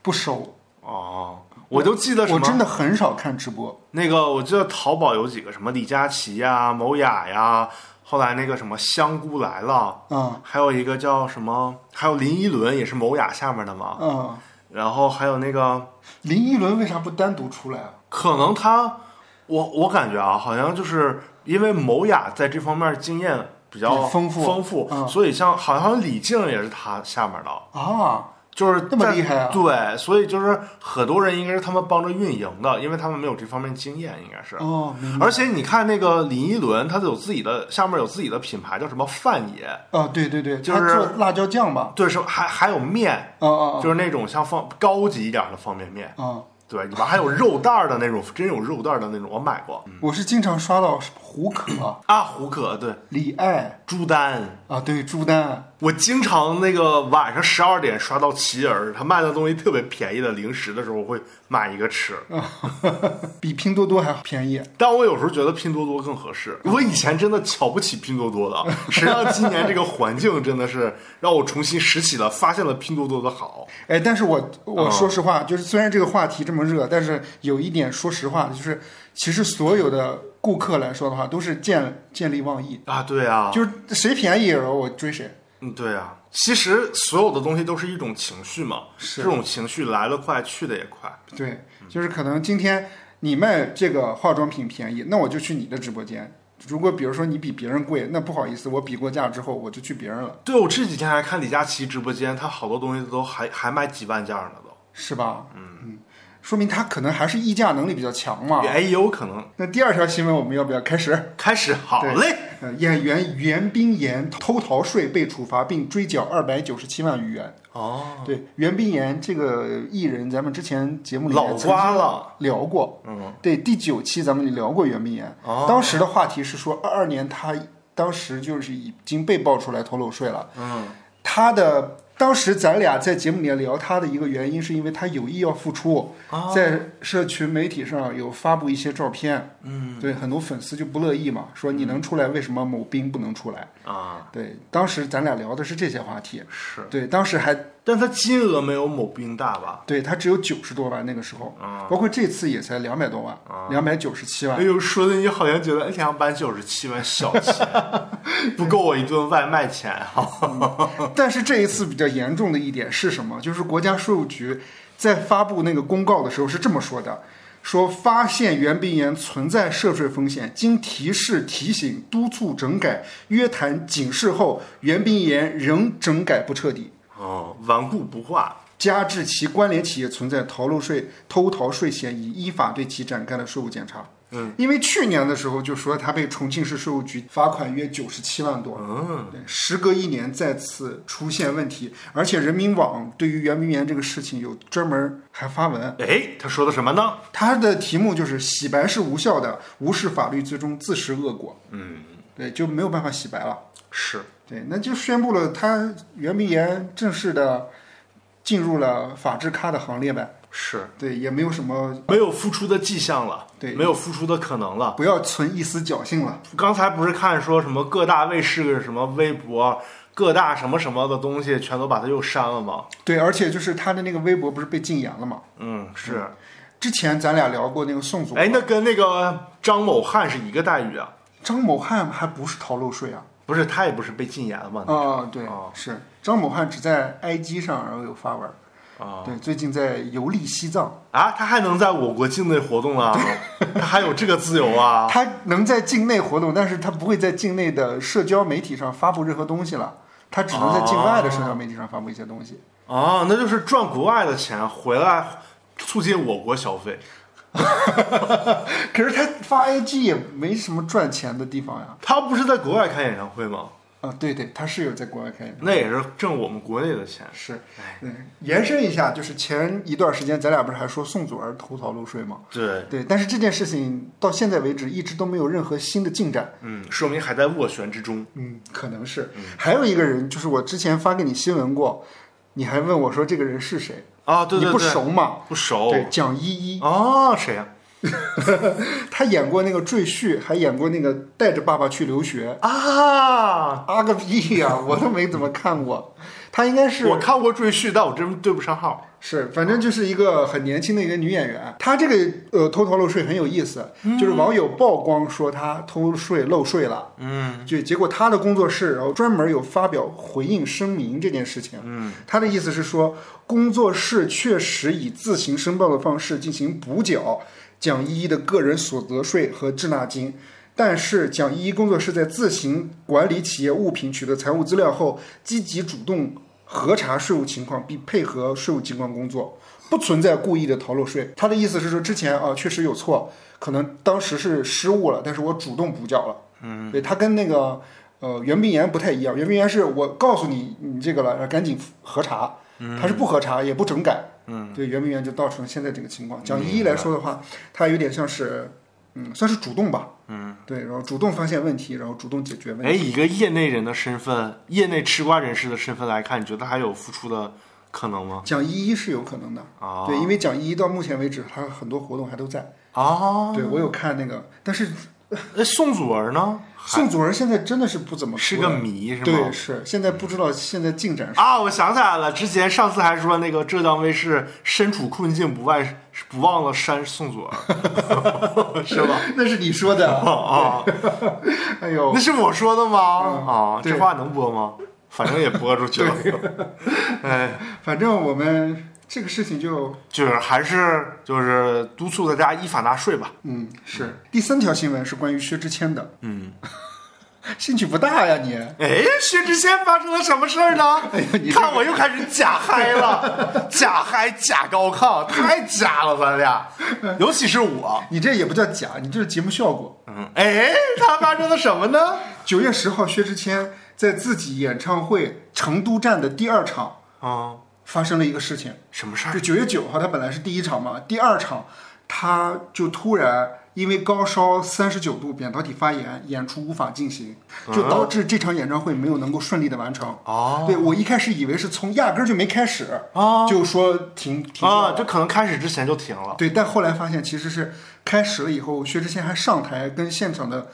Speaker 1: 不收，
Speaker 2: 哦，我就记得什
Speaker 1: 我
Speaker 2: 么
Speaker 1: 真的很少看直播。
Speaker 2: 那个我记得淘宝有几个什么李佳琦呀、某雅呀，后来那个什么香菇来了，
Speaker 1: 嗯
Speaker 2: 还有一个叫什么，还有林依轮也是某雅下面的嘛，
Speaker 1: 嗯，
Speaker 2: 然后还有那个
Speaker 1: 林依轮为啥不单独出来啊？
Speaker 2: 可能他，我我感觉啊，好像就是因为某雅在这方面经验比较
Speaker 1: 比丰富
Speaker 2: 丰富，
Speaker 1: 嗯
Speaker 2: 所以像好像李静也是他下面的，
Speaker 1: 啊，
Speaker 2: 就是
Speaker 1: 这么
Speaker 2: 在
Speaker 1: 厉害啊
Speaker 2: 对，所以就是很多人应该是他们帮着运营的，因为他们没有这方面经验，应该是。啊
Speaker 1: 哦，明
Speaker 2: 而且你看那个林依轮，他有自己的下面有自己的品牌，叫什么范爷，
Speaker 1: 啊，对对对，
Speaker 2: 就是
Speaker 1: 他做辣椒酱吧？
Speaker 2: 对，是还还有面，
Speaker 1: 啊啊
Speaker 2: 就是那种像方高级一点的方便面，
Speaker 1: 啊！
Speaker 2: 对，里边还有肉蛋儿的那种， 真有肉蛋儿的那种，我买过
Speaker 1: 我是经常刷到胡可、
Speaker 2: 啊，胡可对，
Speaker 1: 李艾
Speaker 2: 朱丹。
Speaker 1: 啊，对朱丹，
Speaker 2: 我经常那个晚上十二点刷到奇儿，他卖的东西特别便宜的零食的时候，我会买一个吃。
Speaker 1: 比拼多多还便宜。
Speaker 2: 但我有时候觉得拼多多更合适。我以前真的瞧不起拼多多的，谁让今年这个环境真的是让我重新拾起了，发现了拼多多的好。
Speaker 1: 哎，但是我我
Speaker 2: 嗯
Speaker 1: 说实话，就是虽然这个话题这么热，但是有一点说实话，就是其实所有的顾客来说的话，都是见见利忘义，
Speaker 2: 啊，对啊，
Speaker 1: 就是谁便宜然后我追谁。
Speaker 2: 嗯，对啊，其实所有的东西都是一种情绪嘛，这种情绪来得快，去得也快。
Speaker 1: 对，就是可能今天你卖这个化妆品便宜，那我就去你的直播间。如果比如说你比别人贵，那不好意思，我比过价之后我就去别人了，
Speaker 2: 对，我这几天还看李佳琦直播间，他好多东西都还还卖几万件呢都，
Speaker 1: 是吧？嗯说明他可能还是议价能力比较强嘛。
Speaker 2: 也也有可能。
Speaker 1: 那第二条新闻我们要不要开始？
Speaker 2: 开始好
Speaker 1: 对
Speaker 2: 嘞，
Speaker 1: 呃，演员袁冰妍偷逃税被处罚并追缴二百九十七万余元。
Speaker 2: 哦，
Speaker 1: 对，袁冰妍这个艺人，咱们之前节目里面
Speaker 2: 老
Speaker 1: 曾经
Speaker 2: 瓜了，
Speaker 1: 聊过，
Speaker 2: 嗯，
Speaker 1: 对，第九期咱们聊过袁冰妍，
Speaker 2: 哦
Speaker 1: 当时的话题是说二二年她当时就是已经被爆出来偷漏税了，
Speaker 2: 嗯，
Speaker 1: 她的当时咱俩在节目里面聊她的一个原因，是因为她有意要复出，
Speaker 2: 哦
Speaker 1: 在社群媒体上有发布一些照片，嗯，对，很多粉丝就不乐意嘛，说你能出来，为什么某兵不能出来？
Speaker 2: 嗯啊，
Speaker 1: 对，当时咱俩聊的是这些话题，
Speaker 2: 是，
Speaker 1: 对，当时还
Speaker 2: 但他金额没有某兵大吧？
Speaker 1: 对他只有九十多万那个时候，包括这次也才两百多万，两百九十七万
Speaker 2: 啊哎。呦，说的你好像觉得哎两百九十七万小 钱，不够我一顿外卖钱啊！
Speaker 1: 但是这一次比较严重的一点是什么？就是国家税务局在发布那个公告的时候是这么说的：说发现袁冰妍存在涉税风险，经提示、提醒、督促整改、约谈、警示后，袁冰妍仍整改不彻底，
Speaker 2: 哦，顽固不化，
Speaker 1: 加致其关联企业存在逃漏税、偷逃税嫌疑，依法对其展开了税务检查。嗯，因为去年的时候就说他被重庆市税务局罚款约九十七万多，嗯，时隔一年再次出现问题，而且人民网对于袁明媛这个事情有专门还发文，
Speaker 2: 哎，他说的什么呢？
Speaker 1: 他的题目就是“洗白是无效的，无视法律最终自食恶果”，嗯，对，就没有办法洗白了。
Speaker 2: 是，
Speaker 1: 对，那就宣布了他袁明妍正式的进入了法制咖的行列呗。
Speaker 2: 是，
Speaker 1: 对，也没有什么，
Speaker 2: 没有付出的迹象了，
Speaker 1: 对
Speaker 2: 没有付出的可能了。
Speaker 1: 不要存一丝侥幸了。
Speaker 2: 刚才不是看说什么各大卫视什么微博、各大什么什么的东西，全都把它又删了吗？
Speaker 1: 对，而且就是他的那个微博不是被禁言了嘛？
Speaker 2: 嗯，是。
Speaker 1: 之前咱俩聊过那个宋祖，
Speaker 2: 哎，那跟那个张某汉是一个待遇啊？
Speaker 1: 张某汉还不是逃漏税啊？
Speaker 2: 不是，他也不是被禁言了吗？
Speaker 1: 啊，对
Speaker 2: 哦，
Speaker 1: 是张某汉只在 IG 上然后有发文，
Speaker 2: 啊
Speaker 1: 对，最近在游历西藏，
Speaker 2: 啊，他还能在我国境内活动啊？他还有这个自由啊？
Speaker 1: 他能在境内活动，但是他不会在境内的社交媒体上发布任何东西了，他只能在境外的社交媒体上发布一些东西。
Speaker 2: 哦，那就是赚国外的钱回来，促进我国消费。
Speaker 1: 可是他发 IG 也没什么赚钱的地方呀。
Speaker 2: 他不是在国外开演唱会吗？
Speaker 1: 啊，对对，他是有在国外开演唱会
Speaker 2: 那也是挣我们国内的钱。哎
Speaker 1: 是，嗯，延伸一下，就是前一段时间咱俩不是还说宋祖儿偷逃漏税吗？
Speaker 2: 对，
Speaker 1: 对，但是这件事情到现在为止一直都没有任何新的进展。
Speaker 2: 嗯，说明还在斡旋之中。
Speaker 1: 嗯，可能是。还有一个人，就是我之前发给你新闻过，你还问我说这个人是谁？
Speaker 2: 啊，对对对，
Speaker 1: 你
Speaker 2: 哦
Speaker 1: 不熟吗？
Speaker 2: 不熟。
Speaker 1: 对，蒋依 依，
Speaker 2: 哦，谁呀、
Speaker 1: 她演过那个《赘婿》，还演过那个《带着爸爸去留学》。
Speaker 2: 啊？
Speaker 1: 啊个屁呀、我都没怎么看过。她应该是
Speaker 2: 我看过《赘婿》，但我真对不上号。
Speaker 1: 是，反正就是一个很年轻的一个女演员，她这个呃偷逃漏税很有意思，就是网友曝光说她偷税漏税了，嗯，就结果她的工作室然后专门有发表回应声明这件事情，嗯，她的意思是说工作室确实以自行申报的方式进行补缴蒋依依的个人所得税和滞纳金。但是蒋依依工作室在自行管理企业物品取得财务资料后，积极主动核查税务情况，并配合税务机关工作，不存在故意的逃漏税。他的意思是说，之前啊确实有错，可能当时是失误了，但是我主动补缴了。嗯，对他跟那个呃袁冰妍不太一样，袁冰妍是我告诉你你这个了，然后赶紧核查，他是不核查也不整改。嗯，对袁冰妍就造成现在这个情况。讲一一来说的话，他有点像是。嗯，算是主动吧。嗯，对，然后主动发现问题，然后主动解决问题。
Speaker 2: 哎，以一个业内人的身份，业内吃瓜人士的身份来看，你觉得还有付出的可能吗？
Speaker 1: 讲一一是有可能的，
Speaker 2: 啊
Speaker 1: 对，因为讲一一到目前为止，他很多活动还都在。
Speaker 2: 啊，
Speaker 1: 对我有看那个，但是
Speaker 2: 那宋祖儿呢？
Speaker 1: 宋祖儿现在真的是不怎么
Speaker 2: 是
Speaker 1: 出来
Speaker 2: 个谜是吗
Speaker 1: 对，？是现在不知道现在进展是。
Speaker 2: 啊，我想起来了，之前上次还说那个浙江卫视身处困境不忘不忘了删宋祖儿， 是吧？
Speaker 1: 那是你说的，
Speaker 2: 啊，
Speaker 1: 哎呦
Speaker 2: 那，是我说的吗？啊，
Speaker 1: 嗯对
Speaker 2: 这话能播吗？反正也播出去了。 哎，
Speaker 1: 反正我们这个事情就
Speaker 2: 就是还是就是督促大家依法纳税吧。
Speaker 1: 嗯是。第三条新闻是关于薛之谦的，嗯， 兴趣不大呀你。
Speaker 2: 哎，薛之谦发生了什么事儿呢？
Speaker 1: 哎呀你这个
Speaker 2: 看我又开始假嗨 了，假嗨假高亢，太假了，咱俩，尤其是我。
Speaker 1: 你这也不叫假，你这是节目效果。
Speaker 2: 嗯，哎，他发生了什么呢？
Speaker 1: 九月十号，薛之谦在自己演唱会成都站的第二场
Speaker 2: 啊，
Speaker 1: 发生了一个事情，
Speaker 2: 什么事儿
Speaker 1: 就？九月九号，他本来是第一场嘛，第二场他就突然因为高烧三十九度，扁桃体发炎，演出无法进行，就导致这场演唱会没有能够顺利的完成。
Speaker 2: 啊哦，
Speaker 1: 对我一开始以为是从压根儿就没开始，
Speaker 2: 啊
Speaker 1: 就说停停掉
Speaker 2: 啊，
Speaker 1: 了
Speaker 2: 就可能开始之前就停了。
Speaker 1: 对，但后来发现其实是开始了以后，薛之谦还上台跟现场的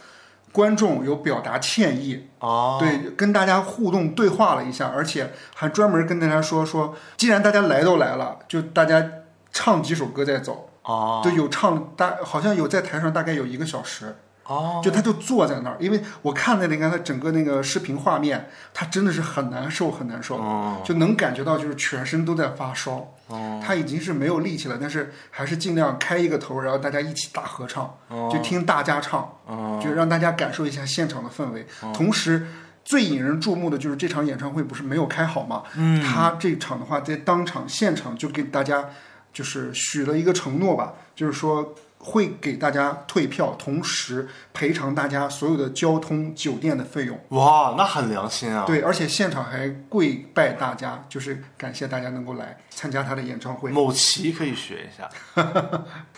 Speaker 1: 观众有表达歉意，
Speaker 2: 哦，
Speaker 1: 对，跟大家互动对话了一下，而且还专门跟大家说说，既然大家来都来了，就大家唱几首歌再走。
Speaker 2: 哦，
Speaker 1: 对，有唱大，好像有在台上大概有一个小时，
Speaker 2: 哦，
Speaker 1: 就他就坐在那儿，因为我看的那个他整个那个视频画面，他真的是很难受，很难受，
Speaker 2: 哦，
Speaker 1: 就能感觉到就是全身都在发烧，
Speaker 2: 哦，
Speaker 1: 他已经是没有力气了，但是还是尽量开一个头，然后大家一起大合唱，就听大家唱，
Speaker 2: 哦，
Speaker 1: 就让大家感受一下现场的氛围。同时，最引人注目的就是这场演唱会不是没有开好吗？
Speaker 2: 嗯，
Speaker 1: 他这场的话，在当场现场就给大家就是许了一个承诺吧，就是说会给大家退票，同时赔偿大家所有的交通、酒店的费用。
Speaker 2: 哇，那很良心啊。
Speaker 1: 对，而且现场还跪拜大家，就是感谢大家能够来参加他的演唱会。
Speaker 2: 某奇可以学一下。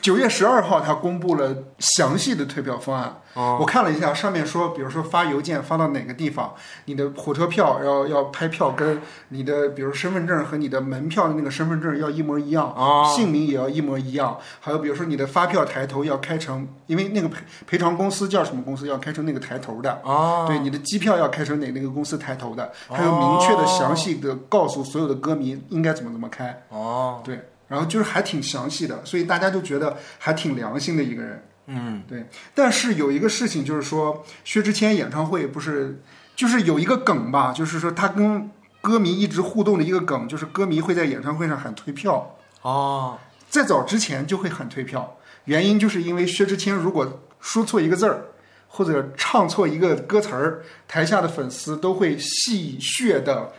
Speaker 1: 九月十二号，他公布了详细的退票方案。
Speaker 2: 哦
Speaker 1: 我看了一下，上面说，比如说发邮件发到哪个地方，你的火车票要要拍票根，你的比如身份证和你的门票的那个身份证要一模一样，
Speaker 2: 哦
Speaker 1: 姓名也要一模一样，还有比如说你的发票抬头要开成，因为那个赔赔偿公司叫什么公司，要开成那个抬头的。
Speaker 2: 哦，
Speaker 1: 对，你的机票要开成哪那个公司抬头的，还有明确的、详细的告诉所有的歌迷应该怎么怎么开。
Speaker 2: 哦，
Speaker 1: 对，然后就是还挺详细的，所以大家就觉得还挺良心的一个人。
Speaker 2: 嗯，
Speaker 1: 对。但是有一个事情就是说，薛之谦演唱会不是，就是有一个梗吧，就是说他跟歌迷一直互动的一个梗，就是歌迷会在演唱会上喊退票，
Speaker 2: 哦，
Speaker 1: 在早之前就会喊退票，原因就是因为薛之谦如果说错一个字儿。或者唱错一个歌词儿，台下的粉丝都会戏谑的、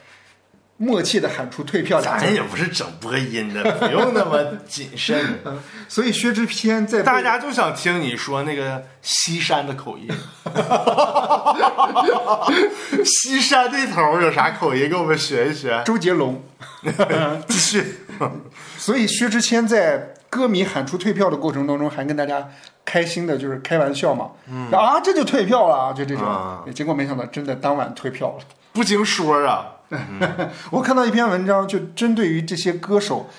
Speaker 1: 默契的喊出“退票”俩字
Speaker 2: 咱
Speaker 1: 儿。
Speaker 2: 也不是整播音的，不用那么谨慎。
Speaker 1: 所以薛之谦在被
Speaker 2: 大家就想听你说那个西山的口音， 西山那头儿有啥口音，给我们学一 学。
Speaker 1: 周杰伦，
Speaker 2: 继续，
Speaker 1: 所以薛之谦在歌迷喊出退票的过程当中，还跟大家开心的就是开玩笑嘛，嗯、啊，这就退票了啊，就这种。
Speaker 2: 啊
Speaker 1: 结果没想到真的当晚退票了。
Speaker 2: 不经说啊，
Speaker 1: 我看到一篇文章，就针对于这些歌手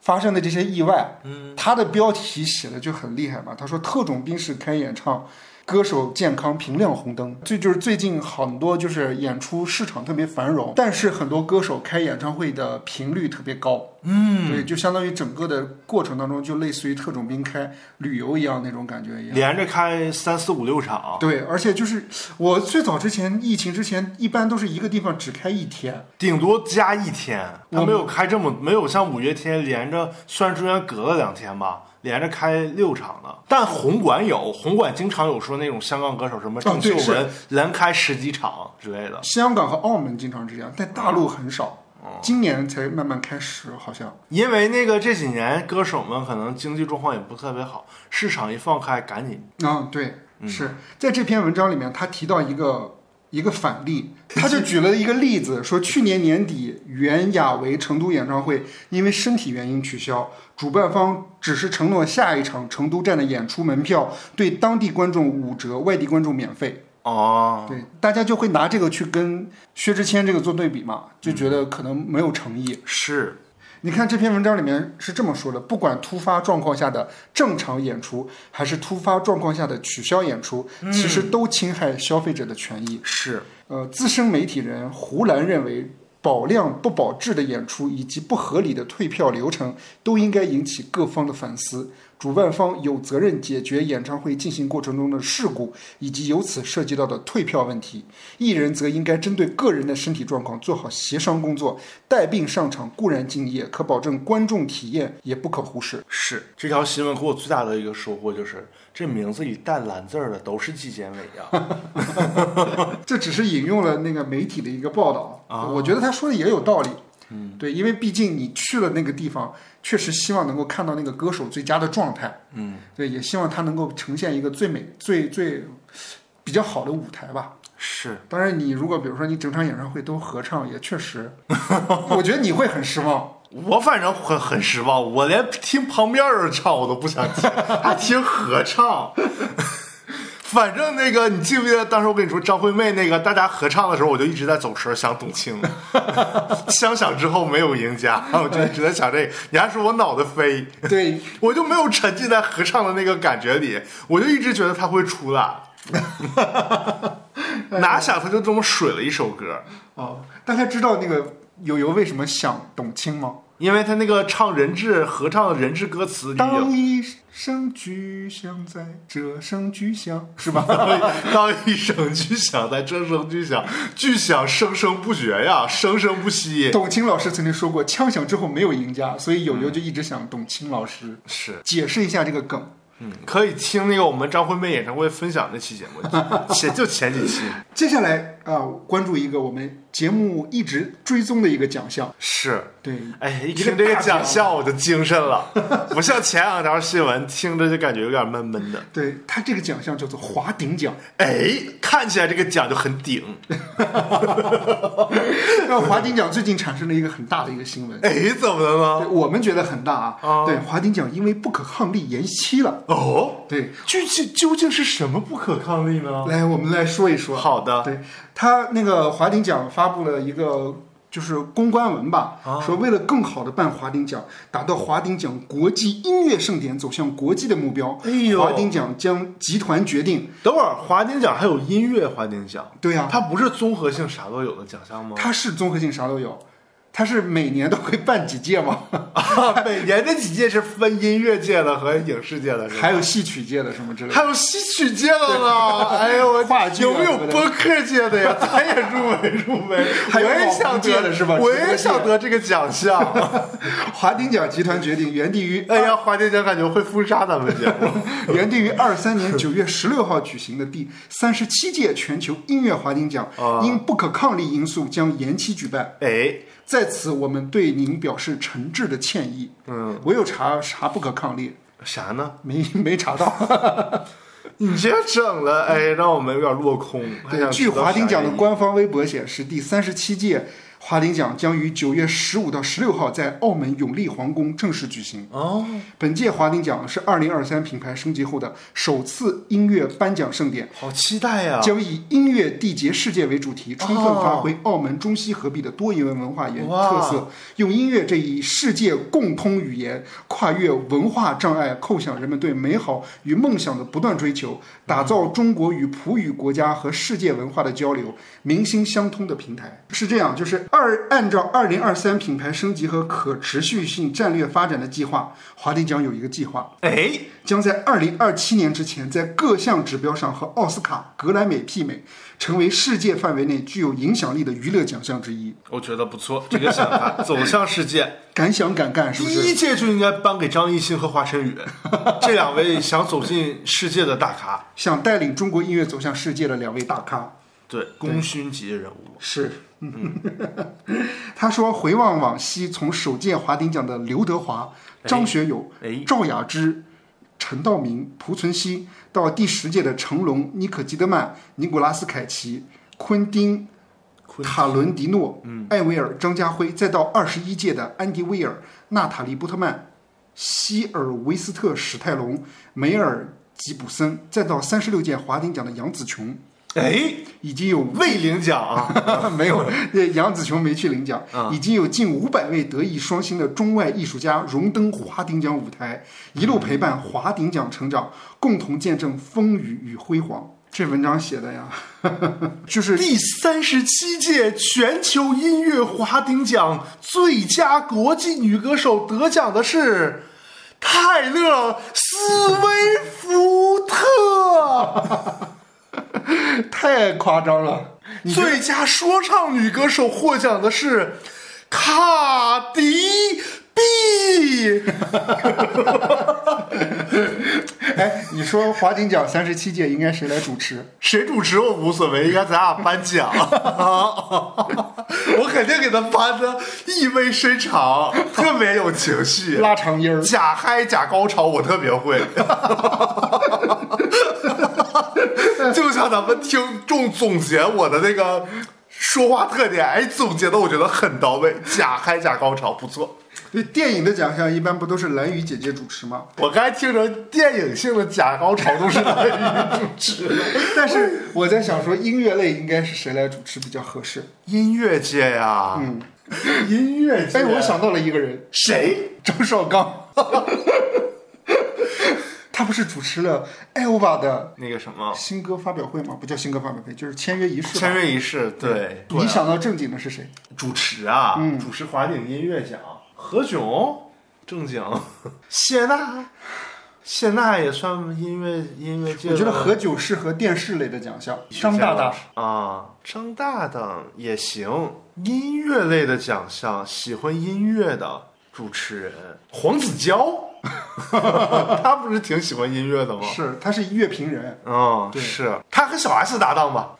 Speaker 1: 发生的这些意外，嗯，它的标题写的就很厉害嘛。他说特种兵式开演唱，歌手健康平亮红灯。这就是最近很多就是演出市场特别繁荣，但是很多歌手开演唱会的频率特别高，嗯，对，就相当于整个的过程当中，就类似于特种兵开旅游一样那种感觉一样。
Speaker 2: 连着开三四五六场，
Speaker 1: 对，而且就是我最早之前疫情之前，一般都是一个地方只开一天，
Speaker 2: 顶多加一天，他没有开这么没有像五月天连着，虽然中间隔了两天吧，连着开六场的。但红馆有，红馆经常有说那种香港歌手什么郑秀
Speaker 1: 对
Speaker 2: 文连开十几场之类的。哦
Speaker 1: 香港和澳门经常这样，但大陆很少。今年才慢慢开始，好像
Speaker 2: 因为那个这几年歌手们可能经济状况也不特别好，市场一放开赶紧
Speaker 1: 啊、对，
Speaker 2: 嗯
Speaker 1: 是在这篇文章里面，他提到一个一个反 例，他就举了一个例子，说去年年底袁娅维成都演唱会因为身体原因取消，主办方只是承诺下一场成都站的演出门票对当地观众五折，外地观众免费。
Speaker 2: 哦，
Speaker 1: 对，大家就会拿这个去跟薛之谦这个做对比嘛，就觉得可能没有诚意。
Speaker 2: 是
Speaker 1: 你看这篇文章里面是这么说的：不管突发状况下的正常演出，还是突发状况下的取消演出，其实都侵害消费者的权益。
Speaker 2: 是，
Speaker 1: 呃，资深媒体人胡兰认为，保量不保质的演出以及不合理的退票流程，都应该引起各方的反思。主办方有责任解决演唱会进行过程中的事故以及由此涉及到的退票问题，艺人则应该针对个人的身体状况做好协商工作。带病上场固然敬业，可保证观众体验也不可忽视。
Speaker 2: 是这条新闻给我最大的一个收获就是，这名字里带“蓝”字儿的都是纪检委啊呀。
Speaker 1: 这只是引用了那个媒体的一个报道，我觉得他说的也有道理。嗯，对，因为毕竟你去了那个地方，确实希望能够看到那个歌手最佳的状态。
Speaker 2: 嗯，
Speaker 1: 对，也希望他能够呈现一个最美、最最比较好的舞台吧。
Speaker 2: 是，
Speaker 1: 当然，你如果比如说你整场演唱会都合唱，也确实，我觉得你会很失望。
Speaker 2: 我反正很很失望，我连听旁边人唱我都不想听，还听合唱。 反正那个，你记不记得当时我跟你说张惠妹那个大家合唱的时候，我就一直在走神儿想董卿， 想想之后没有赢家，我就一直在想这个。你还说我脑袋飞，
Speaker 1: 对，
Speaker 2: 我就没有沉浸在合唱的那个感觉里，我就一直觉得他会出来，哪想他就这么水了一首歌，
Speaker 1: 哦，大家知道那个友友为什么想董卿吗？
Speaker 2: 因为他那个唱人质合唱人质歌词里有
Speaker 1: 当一声巨响在这声巨响，是吧？
Speaker 2: 当一声巨响，在这声巨响，巨响生生不绝呀，生生不息。
Speaker 1: 董卿老师曾经说过，枪响之后没有赢家，所以友友就一直想董卿老师
Speaker 2: 是，
Speaker 1: 解释一下这个梗。
Speaker 2: 嗯，可以听那个我们张惠妹演唱会分享那期节目，前 就前几期
Speaker 1: 接下来啊、关注一个我们节目一直追踪的一个奖项，
Speaker 2: 是。
Speaker 1: 对，
Speaker 2: 哎，一听这个奖项我就精神了，不像前两条新闻听着就感觉有点闷闷的。
Speaker 1: 对，它这个奖项叫做华鼎奖。
Speaker 2: 哎，看起来这个奖就很顶。
Speaker 1: 那华鼎奖最近产生了一个很大的一个新闻，
Speaker 2: 哎，怎么了
Speaker 1: 对
Speaker 2: 呢？
Speaker 1: 我们觉得很大啊
Speaker 2: 啊。
Speaker 1: 对，华鼎奖因为不可抗力延期了。
Speaker 2: 哦，
Speaker 1: 对，
Speaker 2: 究竟究竟是什么不可抗力呢？
Speaker 1: 来，我们来说一说。
Speaker 2: 好的，
Speaker 1: 对他那个华鼎奖发布了一个就是公关文吧，
Speaker 2: 啊
Speaker 1: 说为了更好的办华鼎奖，打造华鼎奖国际音乐盛典走向国际的目标，
Speaker 2: 哎呦
Speaker 1: 华鼎奖将集团决定。
Speaker 2: 等会儿华鼎奖还有音乐华鼎奖。
Speaker 1: 对呀、
Speaker 2: 它不是综合性啥都有的奖项吗？
Speaker 1: 它是综合性啥都有，它是每年都会办几届嘛，
Speaker 2: 啊，每年这几届是分音乐界的和影视界的，是 吧？
Speaker 1: 还有戏曲界的什么之 类的。
Speaker 2: 还有戏曲界的呢！哎呦，我
Speaker 1: 话剧啊
Speaker 2: 有没有
Speaker 1: 什么的
Speaker 2: 播客界的呀？ 咱也入围入围，
Speaker 1: 还有
Speaker 2: 我也
Speaker 1: 网红
Speaker 2: 想
Speaker 1: 界
Speaker 2: 得
Speaker 1: 的是吧
Speaker 2: 我
Speaker 1: 直播界
Speaker 2: 也想得这个奖项。
Speaker 1: 华鼎奖集团决定原定于呃
Speaker 2: 哎呀，华姐奖感觉会封杀咱们节 目。
Speaker 1: 原定于二三年九月十六号举行的第三十七届全球音乐华鼎 奖，因不可抗力因素将延期举办。
Speaker 2: 啊哎，
Speaker 1: 在此，我们对您表示诚挚的歉意。
Speaker 2: 嗯，
Speaker 1: 我有查查不可抗力，
Speaker 2: 啥呢？
Speaker 1: 没 没查到。
Speaker 2: 你这整了，哎，让我们有点落空。还
Speaker 1: 对，
Speaker 2: 想
Speaker 1: 据
Speaker 2: 知道
Speaker 1: 华鼎
Speaker 2: 啥
Speaker 1: 奖的
Speaker 2: 意义
Speaker 1: 官方微博显示，第三十七届华鼎奖将于九月十五到十六号在澳门永利皇宫正式举行。
Speaker 2: 哦，
Speaker 1: 本届华鼎奖是二零二三品牌升级后的首次音乐颁奖盛典。
Speaker 2: 好期待呀！
Speaker 1: 将以音乐缔结世界为主题，充分发挥澳门中西合璧的多元文化元
Speaker 2: 哇
Speaker 1: 特色，用音乐这一世界共通语言，跨越文化障碍，叩响人们对美好与梦想的不断追求，打造中国与葡语国家和世界文化的交流、民心相通的平台。是这样，就是二按照二零二三品牌升级和可持续性战略发展的计划，华鼎奖有一个计划，
Speaker 2: 哎，
Speaker 1: 将在二零二七年之前，在各项指标上和奥斯卡、格莱美媲美，成为世界范围内具有影响力的娱乐奖项之一。
Speaker 2: 我觉得不错，这个 想法走向世界。
Speaker 1: 敢想敢干，是
Speaker 2: 第
Speaker 1: 不是？
Speaker 2: 一届就应该颁给张艺兴和华 晨宇这两位想走进世界的大咖，
Speaker 1: 想带领中国音乐走向世界的两位大咖
Speaker 2: 对，功勋级人物。
Speaker 1: 是。 他说：“回望往昔，从首届华鼎奖的刘德华、张学友、
Speaker 2: 哎，
Speaker 1: 赵雅芝、陈道明、濮存昕，到第十届的成龙、妮可基德曼、尼古拉斯凯奇、昆汀、
Speaker 2: 昆
Speaker 1: 塔伦迪诺、艾薇儿、张家辉，再到二十一届的安迪·威尔、娜塔莉·波特曼、希尔维斯特·史泰龙、梅尔吉普森，再到三十六届华鼎奖的杨紫琼，
Speaker 2: 哎，
Speaker 1: 已经有
Speaker 2: 未领奖啊，
Speaker 1: 没有， 啊那杨紫琼没去领奖，已经有近五百位德艺双馨的中外艺术家荣登华鼎奖舞台，一路陪伴华鼎奖成长，共同见证风雨与辉煌。这文章写的呀， 就是
Speaker 2: 第三十七届全球音乐华鼎奖最佳国际女歌手得奖的是泰勒·斯威夫 特
Speaker 1: 太夸张了。
Speaker 2: 最佳说唱女歌手获奖的是卡迪 B。
Speaker 1: 哎，你说华鼎奖三十七届应该谁来主持？
Speaker 2: 谁主持我无所谓，应该咱俩颁奖， 我肯定给他颁的意味深长，特别有情绪，
Speaker 1: 拉长音儿。
Speaker 2: 假嗨假高潮，我特别会， 就像咱们听众总结我的那个说话特点，哎，总结的我觉得很到位，假嗨假高潮，不错。
Speaker 1: 对电影的奖项一般不都是蓝雨姐姐主持吗？
Speaker 2: 我刚才听成电影性的假高潮都是男女主持。
Speaker 1: 但是我在想说，音乐类应该是谁来主持比较合适？
Speaker 2: 音乐界呀、
Speaker 1: 嗯
Speaker 2: 音乐界，
Speaker 1: 哎，我想到了一个人，
Speaker 2: 谁？
Speaker 1: 张绍刚， 他不是主持了艾欧巴的
Speaker 2: 那个什么
Speaker 1: 新歌发表会吗？不叫新歌发表会，就是签约仪式吧。
Speaker 2: 签约仪式，对，
Speaker 1: 你想到正经的是谁？
Speaker 2: 主持啊，
Speaker 1: 嗯
Speaker 2: 主持华鼎音乐奖，何炅，正经，谢娜，谢娜也算音乐音乐界的，
Speaker 1: 我觉得何炅适合电视类的奖项，张大大。
Speaker 2: 啊，张大大也行，音乐类的奖项，喜欢音乐的主持人黄子佼， 他不是挺喜欢音乐的吗？
Speaker 1: 是，他是乐评人。
Speaker 2: 嗯，是他和小 S 搭档吧？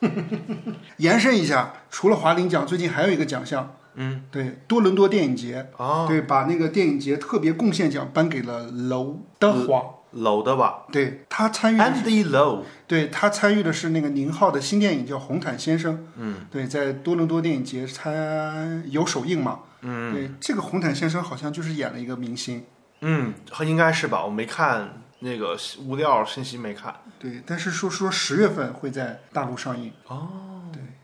Speaker 1: 延伸一下，除了华鼎奖，最近还有一个奖项，嗯，哦对，多伦多电影节，
Speaker 2: 啊，
Speaker 1: 对，把那个电影节特别贡献奖颁给了娄德华，
Speaker 2: 楼的吧
Speaker 1: 对他参与的是，
Speaker 2: ，Andy Low，
Speaker 1: 对他参与的是那个宁浩的新电影叫《红毯先生》，嗯，对，在多伦多电影节参有首映嘛，嗯，对，这个红毯先生好像就是演了一个明星，
Speaker 2: 嗯，应该是吧？我没看那个物料信息，没看
Speaker 1: 对，但是说说十月份会在大陆上映。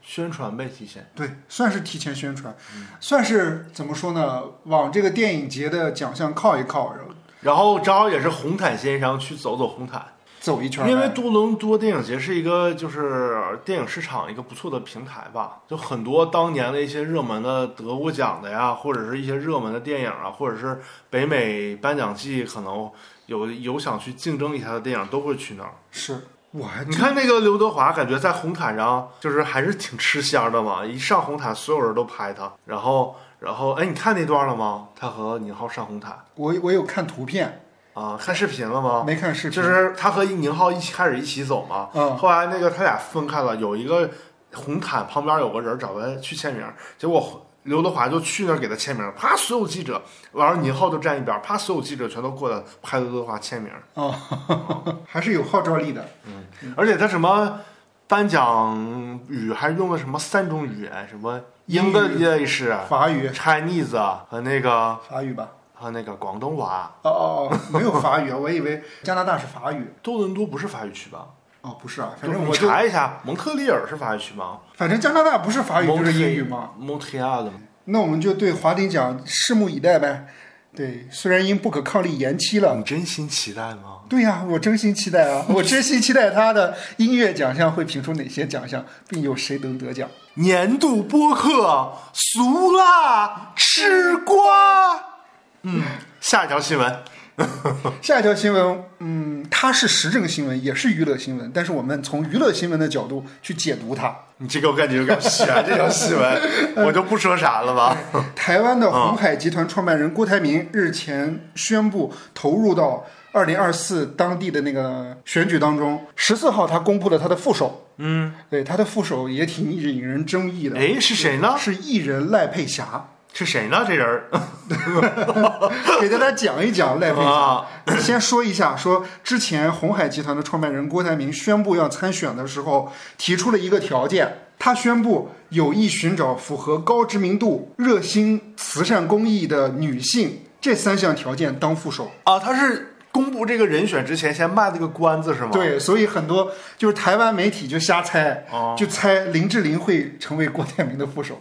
Speaker 2: 宣传呗，提前。
Speaker 1: 对，算是提前宣传，算是怎么说呢？往这个电影节的奖项靠一靠，然后
Speaker 2: 然后正好也是红毯先生去走走红毯，
Speaker 1: 走一圈儿。
Speaker 2: 因为多伦多电影节是一个就是电影市场一个不错的平台吧，就很多当年的一些热门的得过奖的呀，或者是一些热门的电影啊，或者是北美颁奖季可能有有想去竞争一下的电影都会去那儿。
Speaker 1: 是，我还
Speaker 2: 你看那个刘德华，感觉在红毯上就是还是挺吃香的嘛，一上红毯所有人都拍他，然后然后哎，你看那段了吗？他和宁浩上红毯
Speaker 1: 我我有看图片，
Speaker 2: 啊，看视频了吗？
Speaker 1: 没看视频。
Speaker 2: 就是他和宁浩一起开始一起走嘛，
Speaker 1: 嗯
Speaker 2: 后来那个他俩分开了，有一个红毯旁边有个人找他去签名，结果刘德华就去那儿给他签名，啪，所有记者，完了宁浩就站一边，啪，所有记者全都过来拍刘德华签名，
Speaker 1: 哦，还是有号召力的。
Speaker 2: 而且他什么颁奖语还用了什么三种语言，什么
Speaker 1: 英语
Speaker 2: English、啊
Speaker 1: 法语，
Speaker 2: Chinese 啊和那个
Speaker 1: 法语吧？
Speaker 2: 和那个广东话。
Speaker 1: 哦哦哦，没有法语啊，我以为加拿大是法语。
Speaker 2: 多伦多不是法语区吧？
Speaker 1: 哦，不是啊，反正
Speaker 2: 你
Speaker 1: 我就
Speaker 2: 查一下，蒙特利尔是法语区吗？
Speaker 1: 反正加拿大不是法语就是英语嘛。
Speaker 2: Montreal 吗？
Speaker 1: 那我们就对华鼎奖拭目以待呗。对，虽然因不可抗力延期了，
Speaker 2: 你真心期待吗？
Speaker 1: 对呀、我真心期待啊！我真心期待他的音乐奖项会评出哪些奖项，并有谁能得奖。
Speaker 2: 年度播客俗辣吃瓜。嗯，下一条新闻，
Speaker 1: 下一条新闻，嗯，它是时政新闻，也是娱乐新闻，但是我们从娱乐新闻的角度去解读它。
Speaker 2: 你这个我感觉有点悬， 这条新闻我就不说啥了 吧。
Speaker 1: 台湾的红海集团创办人郭台铭日前宣布投入到二零二四当地的那个选举当中。十四号，他公布了他的副手，嗯，对，他的副手也挺引人争议的，
Speaker 2: 哎，是谁呢？
Speaker 1: 是艺人赖佩霞。
Speaker 2: 是谁呢？这人儿
Speaker 1: 给大家讲一讲赖佩霞
Speaker 2: 啊。
Speaker 1: 先说一下，说之前红海集团的创办人郭台铭宣布要参选的时候，提出了一个条件，他宣布有意寻找符合高知名度、热心慈善公益的女性这三项条件当副手。
Speaker 2: 啊，他是公布这个人选之前先卖了个关子是吗？，
Speaker 1: 对，所以很多就是台湾媒体就瞎猜，
Speaker 2: 哦
Speaker 1: 就猜林志玲会成为郭台铭的副 手。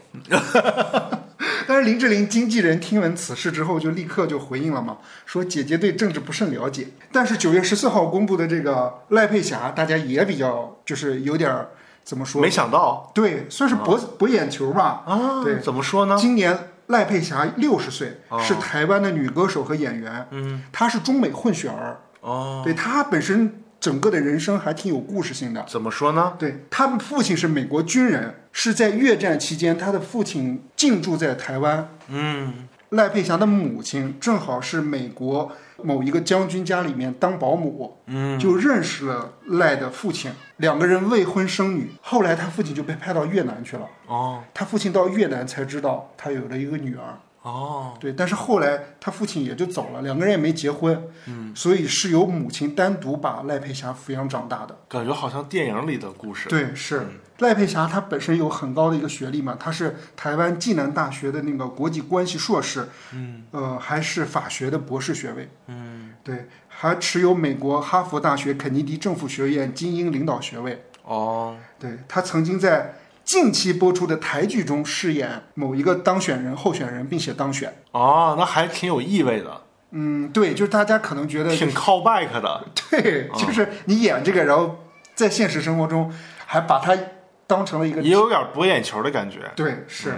Speaker 1: 但是林志玲经纪人听闻此事之后，就立刻就回应了嘛，说姐姐对政治不甚了解。但是九月十四号公布的这个赖佩霞，大家也比较就是有点儿怎么说？
Speaker 2: 没想到哦
Speaker 1: 对，算是博、博眼球吧。
Speaker 2: 啊
Speaker 1: 对
Speaker 2: 怎么说呢？哦
Speaker 1: 今年赖佩霞六十岁，是台湾的女歌手和演员，嗯，她是中美混血儿，
Speaker 2: 哦，
Speaker 1: 对她本身整个的人生还挺有故事性的。
Speaker 2: 怎么说呢？
Speaker 1: 对他们父亲是美国军人，是在越战期间，他的父亲进驻在台湾。
Speaker 2: 嗯，
Speaker 1: 赖佩霞的母亲正好是美国某一个将军家里面当保姆，嗯，就认识了赖的父亲，两个人未婚生女。后来他父亲就被派到越南去了，
Speaker 2: 哦
Speaker 1: 他父亲到越南才知道他有了一个女儿。
Speaker 2: 哦，
Speaker 1: 对，但是后来他父亲也就走了，两个人也没结婚，嗯，所以是由母亲单独把赖佩霞抚养长大的。
Speaker 2: 感觉好像电影里的故事。
Speaker 1: 对，是嗯赖佩霞，她本身有很高的一个学历嘛，她是台湾暨南大学的那个国际关系硕士，嗯，呃，还是法学的博士学位，嗯，对，还持有美国哈佛大学肯尼迪政府学院精英领导学位。
Speaker 2: 哦，
Speaker 1: 对，她曾经在近期播出的台剧中饰演某一个当选人候选人，并且当选。
Speaker 2: 哦，那还挺有意味的，
Speaker 1: 嗯，对，就是大家可能觉得
Speaker 2: 挺 call back 的。
Speaker 1: 对，就是你演这个，然后在现实生活中还把它当成了一个
Speaker 2: 也有点博眼球的感觉
Speaker 1: 对，是，
Speaker 2: 嗯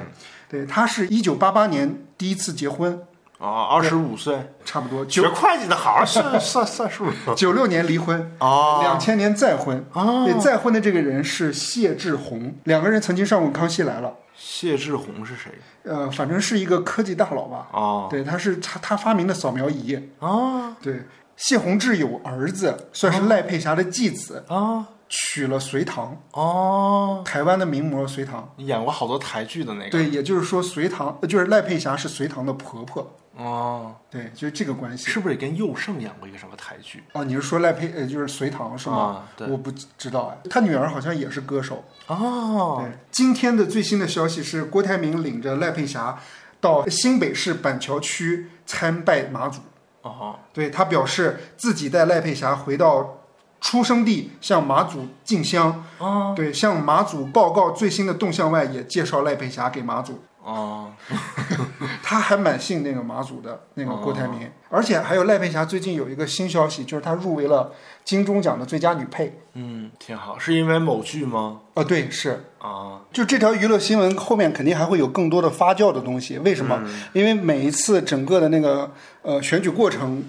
Speaker 1: 对，他是一九八八年第一次结婚，
Speaker 2: 哦，二十五岁，
Speaker 1: 差不多九
Speaker 2: 学会计的好好算算算数。
Speaker 1: 九六年离婚，
Speaker 2: 哦
Speaker 1: 两千年再婚。
Speaker 2: 哦
Speaker 1: 对，再婚的这个人是谢志宏，两个人曾经上过《康熙来了》，
Speaker 2: 谢志宏是谁？
Speaker 1: 呃，反正是一个科技大佬吧。
Speaker 2: 哦
Speaker 1: 对，他是他他发明的扫描仪。
Speaker 2: 啊
Speaker 1: 对，谢宏志有儿子，算是赖佩霞的继子，
Speaker 2: 啊
Speaker 1: 娶了隋唐，
Speaker 2: 哦，
Speaker 1: 台湾的名模隋唐。
Speaker 2: 演过好多台剧的那个。
Speaker 1: 对，也就是说隋唐，呃就是赖佩霞是隋唐的婆婆。
Speaker 2: 哦，
Speaker 1: 对，就是这个关系。
Speaker 2: 是不是也跟佑胜演过一个什么台剧？
Speaker 1: 哦，你是说赖佩呃，就是隋唐是吗
Speaker 2: 啊？对
Speaker 1: 我不知道哎，他女儿好像也是歌手。
Speaker 2: 哦
Speaker 1: 对，今天的最新的消息是，郭台铭领着赖佩霞到新北市板桥区参拜马祖。
Speaker 2: 哦
Speaker 1: 对他表示自己带赖佩霞回到出生地向马祖敬香，
Speaker 2: 哦
Speaker 1: 对，向马祖报告最新的动向外，也介绍赖佩霞给马祖。
Speaker 2: 哦
Speaker 1: 他还蛮信那个马祖的那个郭台铭，而且还有赖佩霞最近有一个新消息，就是她入围了金钟奖的最佳女配。
Speaker 2: 嗯，挺好，是因为某剧吗？
Speaker 1: 哦，对，是，
Speaker 2: 啊，
Speaker 1: 就这条娱乐新闻后面肯定还会有更多的发酵的东西。为什么？因为每一次整个的那个呃选举过程，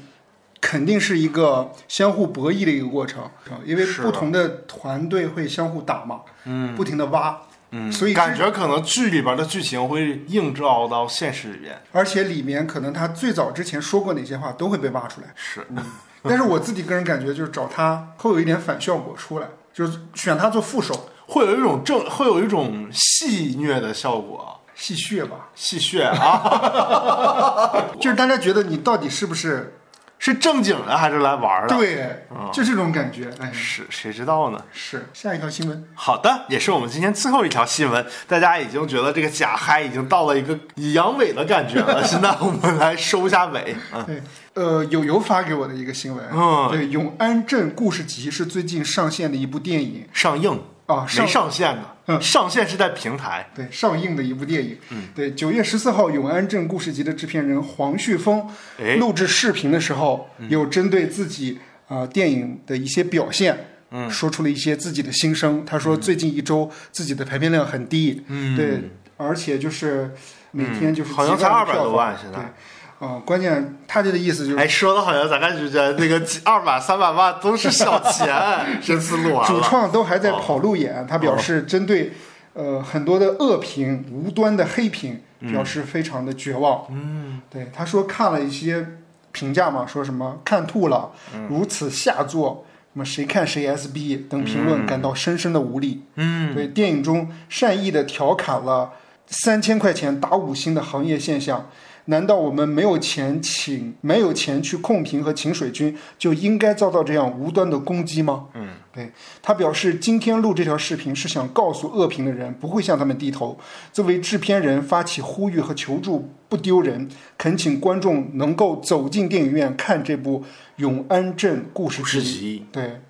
Speaker 1: 肯定是一个相互博弈的一个过程，因为
Speaker 2: 是
Speaker 1: 不同的团队会相互打嘛，啊嗯，不停的挖，嗯所以
Speaker 2: 感
Speaker 1: 这
Speaker 2: 觉可能剧里边的剧情会映照到现实里边。
Speaker 1: 而且里面可能他最早之前说过哪些话都会被挖出来。
Speaker 2: 是，
Speaker 1: 但是我自己个人感觉，就是找他会有一点反效果出来，就是选他做副手，
Speaker 2: 会有一种正，会有一种戏谑的效果，
Speaker 1: 戏谑吧。
Speaker 2: 戏谑啊，
Speaker 1: 就是大家觉得你到底是不是
Speaker 2: 是正经人还是啊来玩的？
Speaker 1: 对，就这种感觉，哎，
Speaker 2: 是，谁知道呢？
Speaker 1: 是下一条新闻，
Speaker 2: 好的，也是我们今天最后一条新闻。大家已经觉得这个假嗨已经到了一个以阳痿的感觉了，现在我们来收一下尾。嗯，
Speaker 1: 对，呃，友友发给我的一个新闻，
Speaker 2: 嗯
Speaker 1: 对，《永安镇故事集》是最近上线的一部电影
Speaker 2: 上映
Speaker 1: 啊，
Speaker 2: 没
Speaker 1: 上
Speaker 2: 上线呢？
Speaker 1: 嗯
Speaker 2: 上线是在平台。
Speaker 1: 对上映的一部电影，嗯，对，九月十四号，《永安镇故事集》的制片人黄旭峰
Speaker 2: 哎嗯
Speaker 1: 录制视频的时候，有针对自己啊、呃电影的一些表现。嗯，说出了一些自己的心声。他
Speaker 2: 嗯
Speaker 1: 说，最近一周自己的排片量很低，嗯，对，而且就是每天就是
Speaker 2: 嗯好像
Speaker 1: 几万
Speaker 2: 才
Speaker 1: 的票
Speaker 2: 200多万
Speaker 1: 房
Speaker 2: 现在
Speaker 1: 对，啊、关键他这个意思就是
Speaker 2: 哎，说的好像咱感觉那个几二百三百万都是小钱，真思路完
Speaker 1: 主
Speaker 2: 了。
Speaker 1: 创都还在跑路演，他表示针对呃很多的恶评、无端的黑评，表示非常的绝望。嗯，对，他说看了一些评价嘛，说什么看吐了，如此下作。什么谁看谁 SB 等评论感到深深的无力。嗯，对，电影中善意的调侃了三千块钱打五星的行业现象，难道我们没有钱请没有钱去控评和请水军，就应该遭到这样无端的攻击吗？嗯，对他表示，今天录这条视频是想告诉恶评的人，不会向他们低头。作为制片人发起呼吁和求助不丢人，恳请观众能够走进电影院看这部《永安镇故事集》。
Speaker 2: 集
Speaker 1: 对，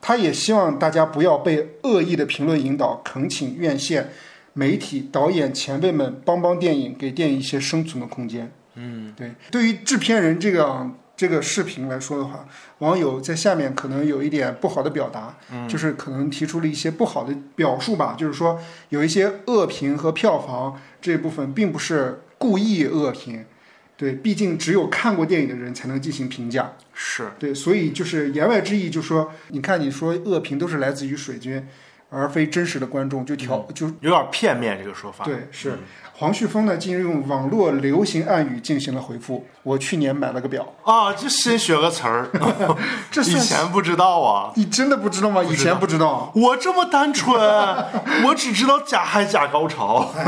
Speaker 1: 他也希望大家不要被恶意的评论引导，恳请院线、媒体、导演前辈们帮帮电影，给电影一些生存的空间。嗯，对。对于制片人这个这个视频来说的话，网友在下面可能有一点不好的表达，就是可能提出了一些不好的表述吧，就是说有一些恶评和票房这部分并不是故意恶评。对，毕竟只有看过电影的人才能进行评价。
Speaker 2: 是
Speaker 1: 对，所以就是言外之意，就说你看，你说恶评都是来自于水军，而非真实的观众，就调、就
Speaker 2: 有点片面这个说法。
Speaker 1: 对，是黄旭峰呢，近日用网络流行暗语进行了回复。我去年买了个表，
Speaker 2: 啊，这新学个词儿，
Speaker 1: 这
Speaker 2: 以
Speaker 1: 算是
Speaker 2: 前不知道啊。
Speaker 1: 你真的不知道吗？以前不知道。
Speaker 2: 我这么单纯，我只知道假嗨假高潮。
Speaker 1: 哎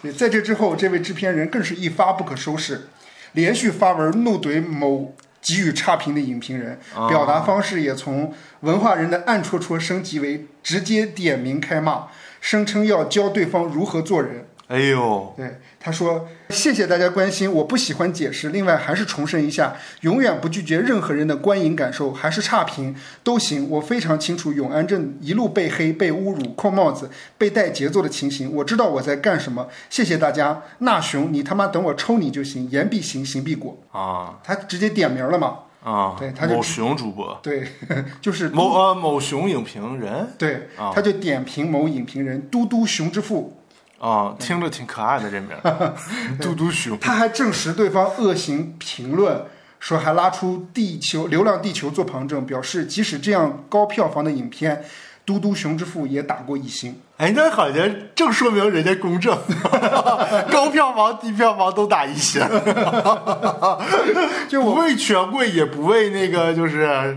Speaker 1: 对，在这之后，这位制片人更是一发不可收拾，连续发文怒怼某给予差评的影评人，表达方式也从文化人的暗戳戳升级为直接点名开骂，声称要教对方如何做人。
Speaker 2: 哎呦，
Speaker 1: 对，他说：“谢谢大家关心，我不喜欢解释。另外，还是重申一下，永远不拒绝任何人的观影感受，还是差评都行。我非常清楚永安镇一路被黑、被侮辱、扣帽子、被带节奏的情形，我知道我在干什么。谢谢大家，那熊，你他妈等我抽你就行，言必行，行必果。
Speaker 2: 啊
Speaker 1: 他直接点名了嘛？
Speaker 2: 啊
Speaker 1: 对，他就
Speaker 2: 某熊主播，
Speaker 1: 对， 就是
Speaker 2: 某呃某熊影评人
Speaker 1: 对
Speaker 2: 啊，
Speaker 1: 他就点评某影评人“嘟嘟熊之父”
Speaker 2: 啊，听着挺可爱的这名 儿，嘟嘟熊。
Speaker 1: 他还证实对方恶行评论，说还拉出《地球流浪地球》做旁证，表示即使这样高票房的影片，《嘟嘟熊之父》也打过一星。
Speaker 2: 哎，那好像正说明人家公正， 高票房、低票房都打一星，
Speaker 1: 就
Speaker 2: 不
Speaker 1: 我
Speaker 2: 为权贵，也不为那个就是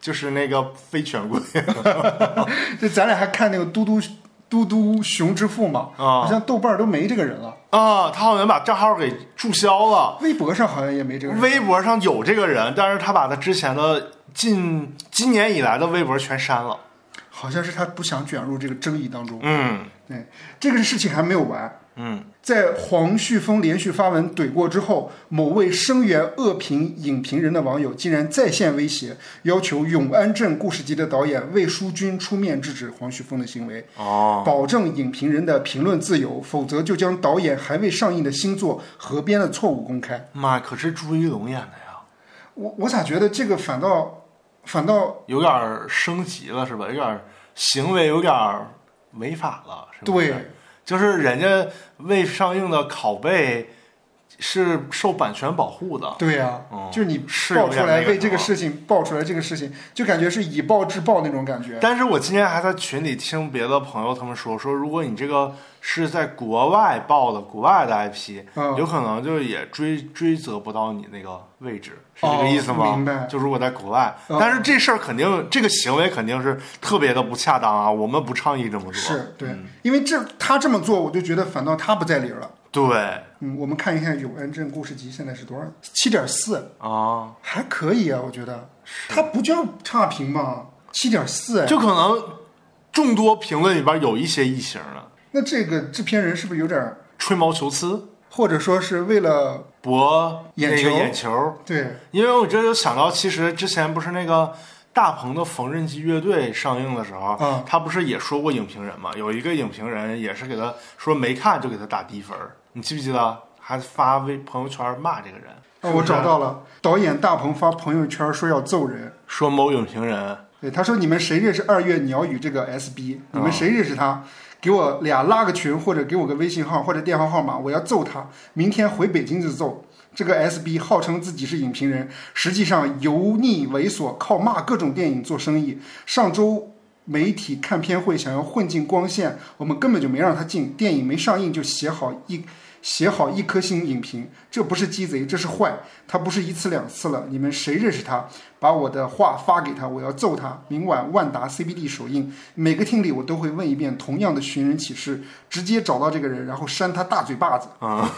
Speaker 2: 就是那个非权贵。
Speaker 1: 这咱俩还看那个《嘟嘟嘟嘟熊之父》嘛，
Speaker 2: 啊
Speaker 1: 好像豆瓣都没这个人了，
Speaker 2: 啊，他好像把账号给注销了。
Speaker 1: 微博上好像也没这个人。
Speaker 2: 微博上有这个人，但是他把他之前的近今年以来的微博全删了。
Speaker 1: 好像是他不想卷入这个争议当中。
Speaker 2: 嗯
Speaker 1: 对，这个事情还没有完。
Speaker 2: 嗯，
Speaker 1: 在黄旭峰连续发文怼过之后，某位声援恶评影评人的网友竟然在线威胁，要求《永安镇故事集》的导演魏淑君出面制止黄旭峰的行为，
Speaker 2: 哦，
Speaker 1: 保证影评人的评论自由，否则就将导演还未上映的新作《河边》的错误公开。
Speaker 2: 妈，可是朱一龙演的呀，
Speaker 1: 我我咋觉得这个反倒反倒
Speaker 2: 有点儿升级了是吧？有点儿行为有点儿违法了，啊是吧？
Speaker 1: 对，
Speaker 2: 就是人家未上映的拷贝是受版权保护的。
Speaker 1: 对呀、
Speaker 2: 嗯
Speaker 1: 就是你
Speaker 2: 是
Speaker 1: 爆
Speaker 2: 有
Speaker 1: 出
Speaker 2: 点
Speaker 1: 来
Speaker 2: 那个啊
Speaker 1: 为这
Speaker 2: 什
Speaker 1: 个
Speaker 2: 么
Speaker 1: 事情爆出来这个事情，就感觉是以暴制暴那种感觉。
Speaker 2: 但是我今天还在群里听别的朋友他们说，说如果你这个是在国外报的国外的 IP，、
Speaker 1: 嗯
Speaker 2: 有可能就也追追责不到你那个位置，是这个
Speaker 1: 哦
Speaker 2: 意思吗？
Speaker 1: 明白
Speaker 2: 就如果在国外，
Speaker 1: 嗯
Speaker 2: 但是这事儿肯定这个行为肯定是特别的不恰当啊，我们不倡议这么做。
Speaker 1: 是对，
Speaker 2: 嗯
Speaker 1: 因为这他这么做，我就觉得反倒他不在理儿了。
Speaker 2: 对
Speaker 1: 嗯，我们看一下《永安镇故事集》现在是多少？七点四，
Speaker 2: 啊，
Speaker 1: 还可以啊，我觉得。它不叫差评吧？七点四，
Speaker 2: 就可能众多评论里边有一些异形的，
Speaker 1: 哎那这个制片人是不是有点儿，
Speaker 2: 吹毛求疵，
Speaker 1: 或者说是为了
Speaker 2: 博那
Speaker 1: 眼
Speaker 2: 个
Speaker 1: 球
Speaker 2: 眼球
Speaker 1: 对
Speaker 2: 因为我这就想到，其实之前不是那个大鹏的缝纫机乐队上映的时候，
Speaker 1: 嗯
Speaker 2: 他不是也说过影评人嘛？有一个影评人也是给他说没看就给他打低分儿，你记不记得？还发微朋友圈骂这个人。
Speaker 1: 啊，我找
Speaker 2: 是
Speaker 1: 到了，导演大鹏发朋友圈说要揍人。
Speaker 2: 不是说某影评人，
Speaker 1: 对，他说你们谁认识二月鸟语这个 SB？你
Speaker 2: 啊
Speaker 1: 们谁认识他？给我俩拉个群，或者给我个微信号或者电话号码，我要揍他！明天回北京就揍。这个 SB 号称自己是影评人，实际上油腻猥琐，靠骂各种电影做生意。上周媒体看片会想要混进光线，我们根本就没让他进。电影没上映就写好一写好一颗星影评，这不是鸡贼，这是坏。他不是一次两次了，你们谁认识他？把我的话发给他，我要揍他。明晚万达 CBD 首映，每个厅里我都会问一遍同样的寻人启事，直接找到这个人，然后扇他大嘴巴子。
Speaker 2: 啊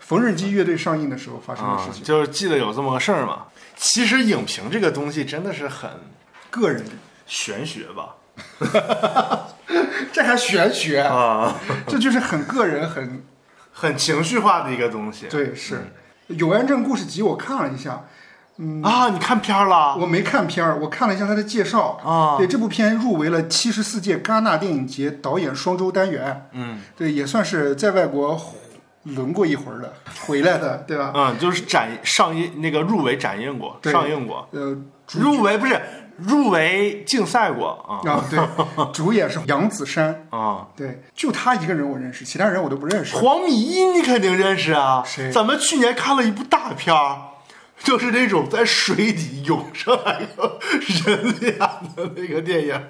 Speaker 1: 缝纫机乐队上映的时候发生的
Speaker 2: 啊
Speaker 1: 事，情，
Speaker 2: 就是记得有这么个事儿嘛。其实影评这个东西真的是很
Speaker 1: 个人
Speaker 2: 玄学吧？
Speaker 1: 这还玄学，
Speaker 2: 啊，
Speaker 1: 这就是很个人 很
Speaker 2: 很情绪化的一个东西。
Speaker 1: 对是。永安镇故事集我看了一下，
Speaker 2: 啊，你看片儿了
Speaker 1: 我没看片儿，我看了一下他的介绍
Speaker 2: 啊
Speaker 1: 对，这部片入围了七十四届戛纳电影节导演双周单元，
Speaker 2: 嗯
Speaker 1: 对，也算是在外国轮过一回儿的，回来 的，对吧？
Speaker 2: 嗯，就是展上映那个入围展映过，
Speaker 1: 对
Speaker 2: 上映过。
Speaker 1: 呃，主
Speaker 2: 入围不是入围竞赛过啊
Speaker 1: 啊，对，主演是杨子姗，
Speaker 2: 啊！
Speaker 1: 对，就她一个人我认识，其他人我都不 认识。
Speaker 2: 黄米依你肯定认识啊
Speaker 1: 谁，
Speaker 2: 咱们去年看了一部大片儿。就是那种在水底涌上来的人脸的那个电影，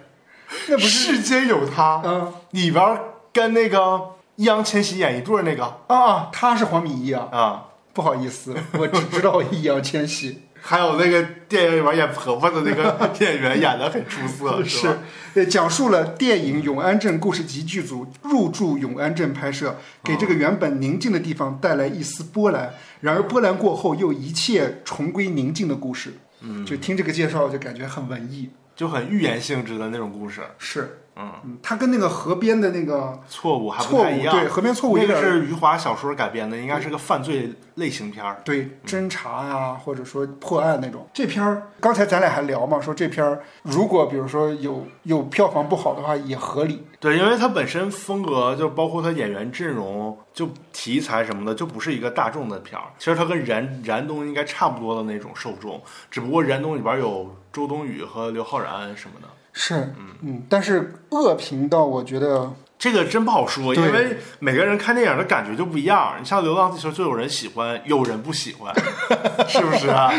Speaker 1: 那不是
Speaker 2: 世间有他，
Speaker 1: 嗯
Speaker 2: 里边儿跟那个易烊千玺演一对儿那个
Speaker 1: 啊啊，她是黄米依啊，
Speaker 2: 啊，
Speaker 1: 不好意思，我只知道易烊千玺。
Speaker 2: 还有那个电影里边演婆婆的那 个演员演的很出色，吧
Speaker 1: 是，呃，讲述了电影《永安镇故事集》剧组入驻永安镇拍摄，给这个原本宁静的地方带来一丝波澜。然而波澜过后，又一切重归宁静的故事。嗯，就听这个介绍就感觉很文艺。
Speaker 2: 就很寓言性质的那种故事，
Speaker 1: 是，
Speaker 2: 嗯
Speaker 1: 嗯，它跟那个河边的那个
Speaker 2: 错误还
Speaker 1: 错
Speaker 2: 不
Speaker 1: 误，
Speaker 2: 太一样。
Speaker 1: 对，河边错误有
Speaker 2: 那
Speaker 1: 点
Speaker 2: 个
Speaker 1: 儿
Speaker 2: 是余华小说改编的，应该是个犯罪类型片儿。
Speaker 1: 对侦查呀、或者说破案那种。这片儿刚才咱俩还聊嘛，说这片儿如果比如说有有票房不好的话也合理。
Speaker 2: 对，因为它本身风格就包括它演员阵容、就题材什么的，就不是一个大众的片儿。其实它跟燃燃冬应该差不多的那种受众，只不过燃冬里边有周冬雨和刘昊然什么的。
Speaker 1: 是，嗯但是恶评到我觉得
Speaker 2: 这个真不好说，
Speaker 1: 对
Speaker 2: 因为每个人看电影的感觉就不一样。你像《流浪地球》，就有人喜欢，有人不喜欢， 是不是啊？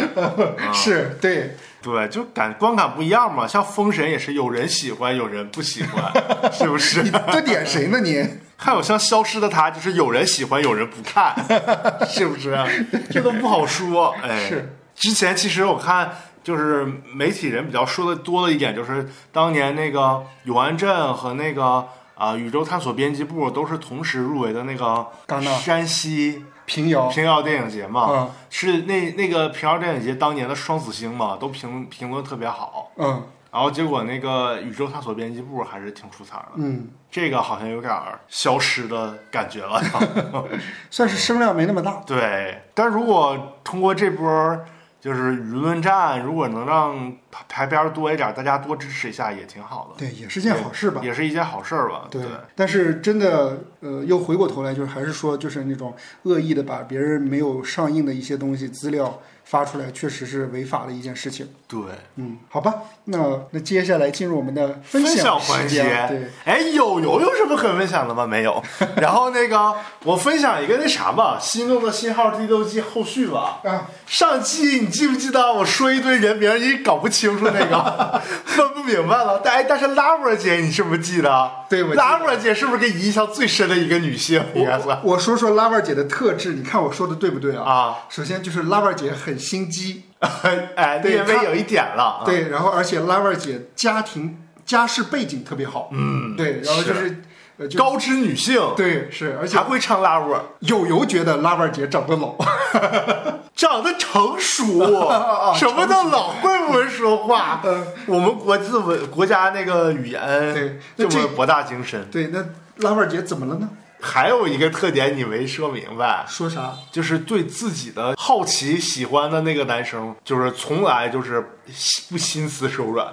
Speaker 1: 是 对，
Speaker 2: 对，就感观感不一样嘛。像《封神》也是有人喜欢，有人不喜欢，是不是？
Speaker 1: 你这点谁呢你？
Speaker 2: 还有像《消失的她》，就是有人喜欢，有人不看， 是不是？啊这都不好说。哎，
Speaker 1: 是。
Speaker 2: 之前其实我看就是媒体人比较说的多的一点，就是当年那个永安镇和那个啊、宇宙探索编辑部都是同时入围的那个
Speaker 1: 戛纳
Speaker 2: 山西
Speaker 1: 平遥，
Speaker 2: 平遥电影节嘛，
Speaker 1: 嗯
Speaker 2: 是那那个平遥电影节当年的双子星嘛，都评评论特别好。
Speaker 1: 嗯
Speaker 2: 然后结果那个宇宙探索编辑部还是挺出彩的，
Speaker 1: 嗯，
Speaker 2: 这个好像有点儿消失的感觉了。
Speaker 1: 算是声量没那么大。
Speaker 2: 对，但如果通过这波就是舆论战，如果能让排排片儿多一点，大家多支持一下也挺好的，
Speaker 1: 对，也是件好事吧。
Speaker 2: 也是一件好事儿吧？
Speaker 1: 对，但是真的，呃，又回过头来，就是还是说，就是那种恶意的把别人没有上映的一些东西资料发出来，确实是违法的一件事情。
Speaker 2: 对，
Speaker 1: 嗯，好吧，那那接下来进入我们的分
Speaker 2: 享
Speaker 1: 享
Speaker 2: 环
Speaker 1: 时间
Speaker 2: 节
Speaker 1: 啊对，，
Speaker 2: 哎，有有有什么可分享的吗？没有。然后那个，我分享一个那啥吧，《心动的信号》第六季后续吧。
Speaker 1: 啊，
Speaker 2: 上期你记不记得我说一堆人名，你搞不清楚那个， 分不明白了。但哎，但是拉布尔姐，你是不是记得？
Speaker 1: 对我记得
Speaker 2: 拉布尔姐是不是给你印象最深的一个女性？应该算
Speaker 1: 我说说拉味儿姐的特质，你看我说的对不对啊？
Speaker 2: 啊，
Speaker 1: 首先就是拉味儿姐很心机，
Speaker 2: 哎，
Speaker 1: 对
Speaker 2: 略微
Speaker 1: 她
Speaker 2: 有一点了。，啊
Speaker 1: 对，然后而且拉味儿姐家庭家世背景特别好，嗯，对，然后就是呃就
Speaker 2: 高知女性，
Speaker 1: 对是，而且
Speaker 2: 还会唱拉布尔，
Speaker 1: 友友觉得拉味儿姐长得老，
Speaker 2: 长得成熟，
Speaker 1: 哦
Speaker 2: 什么叫老会不会说 话？我们国字文国家那个语言
Speaker 1: 嗯对那
Speaker 2: 这
Speaker 1: 这
Speaker 2: 么博大精深。
Speaker 1: 对，那拉味儿姐怎么了呢？
Speaker 2: 还有一个特点你没说明白，
Speaker 1: 说啥？
Speaker 2: 就是对自己的好奇喜欢的那个男生，就是从来就是不心慈手 软，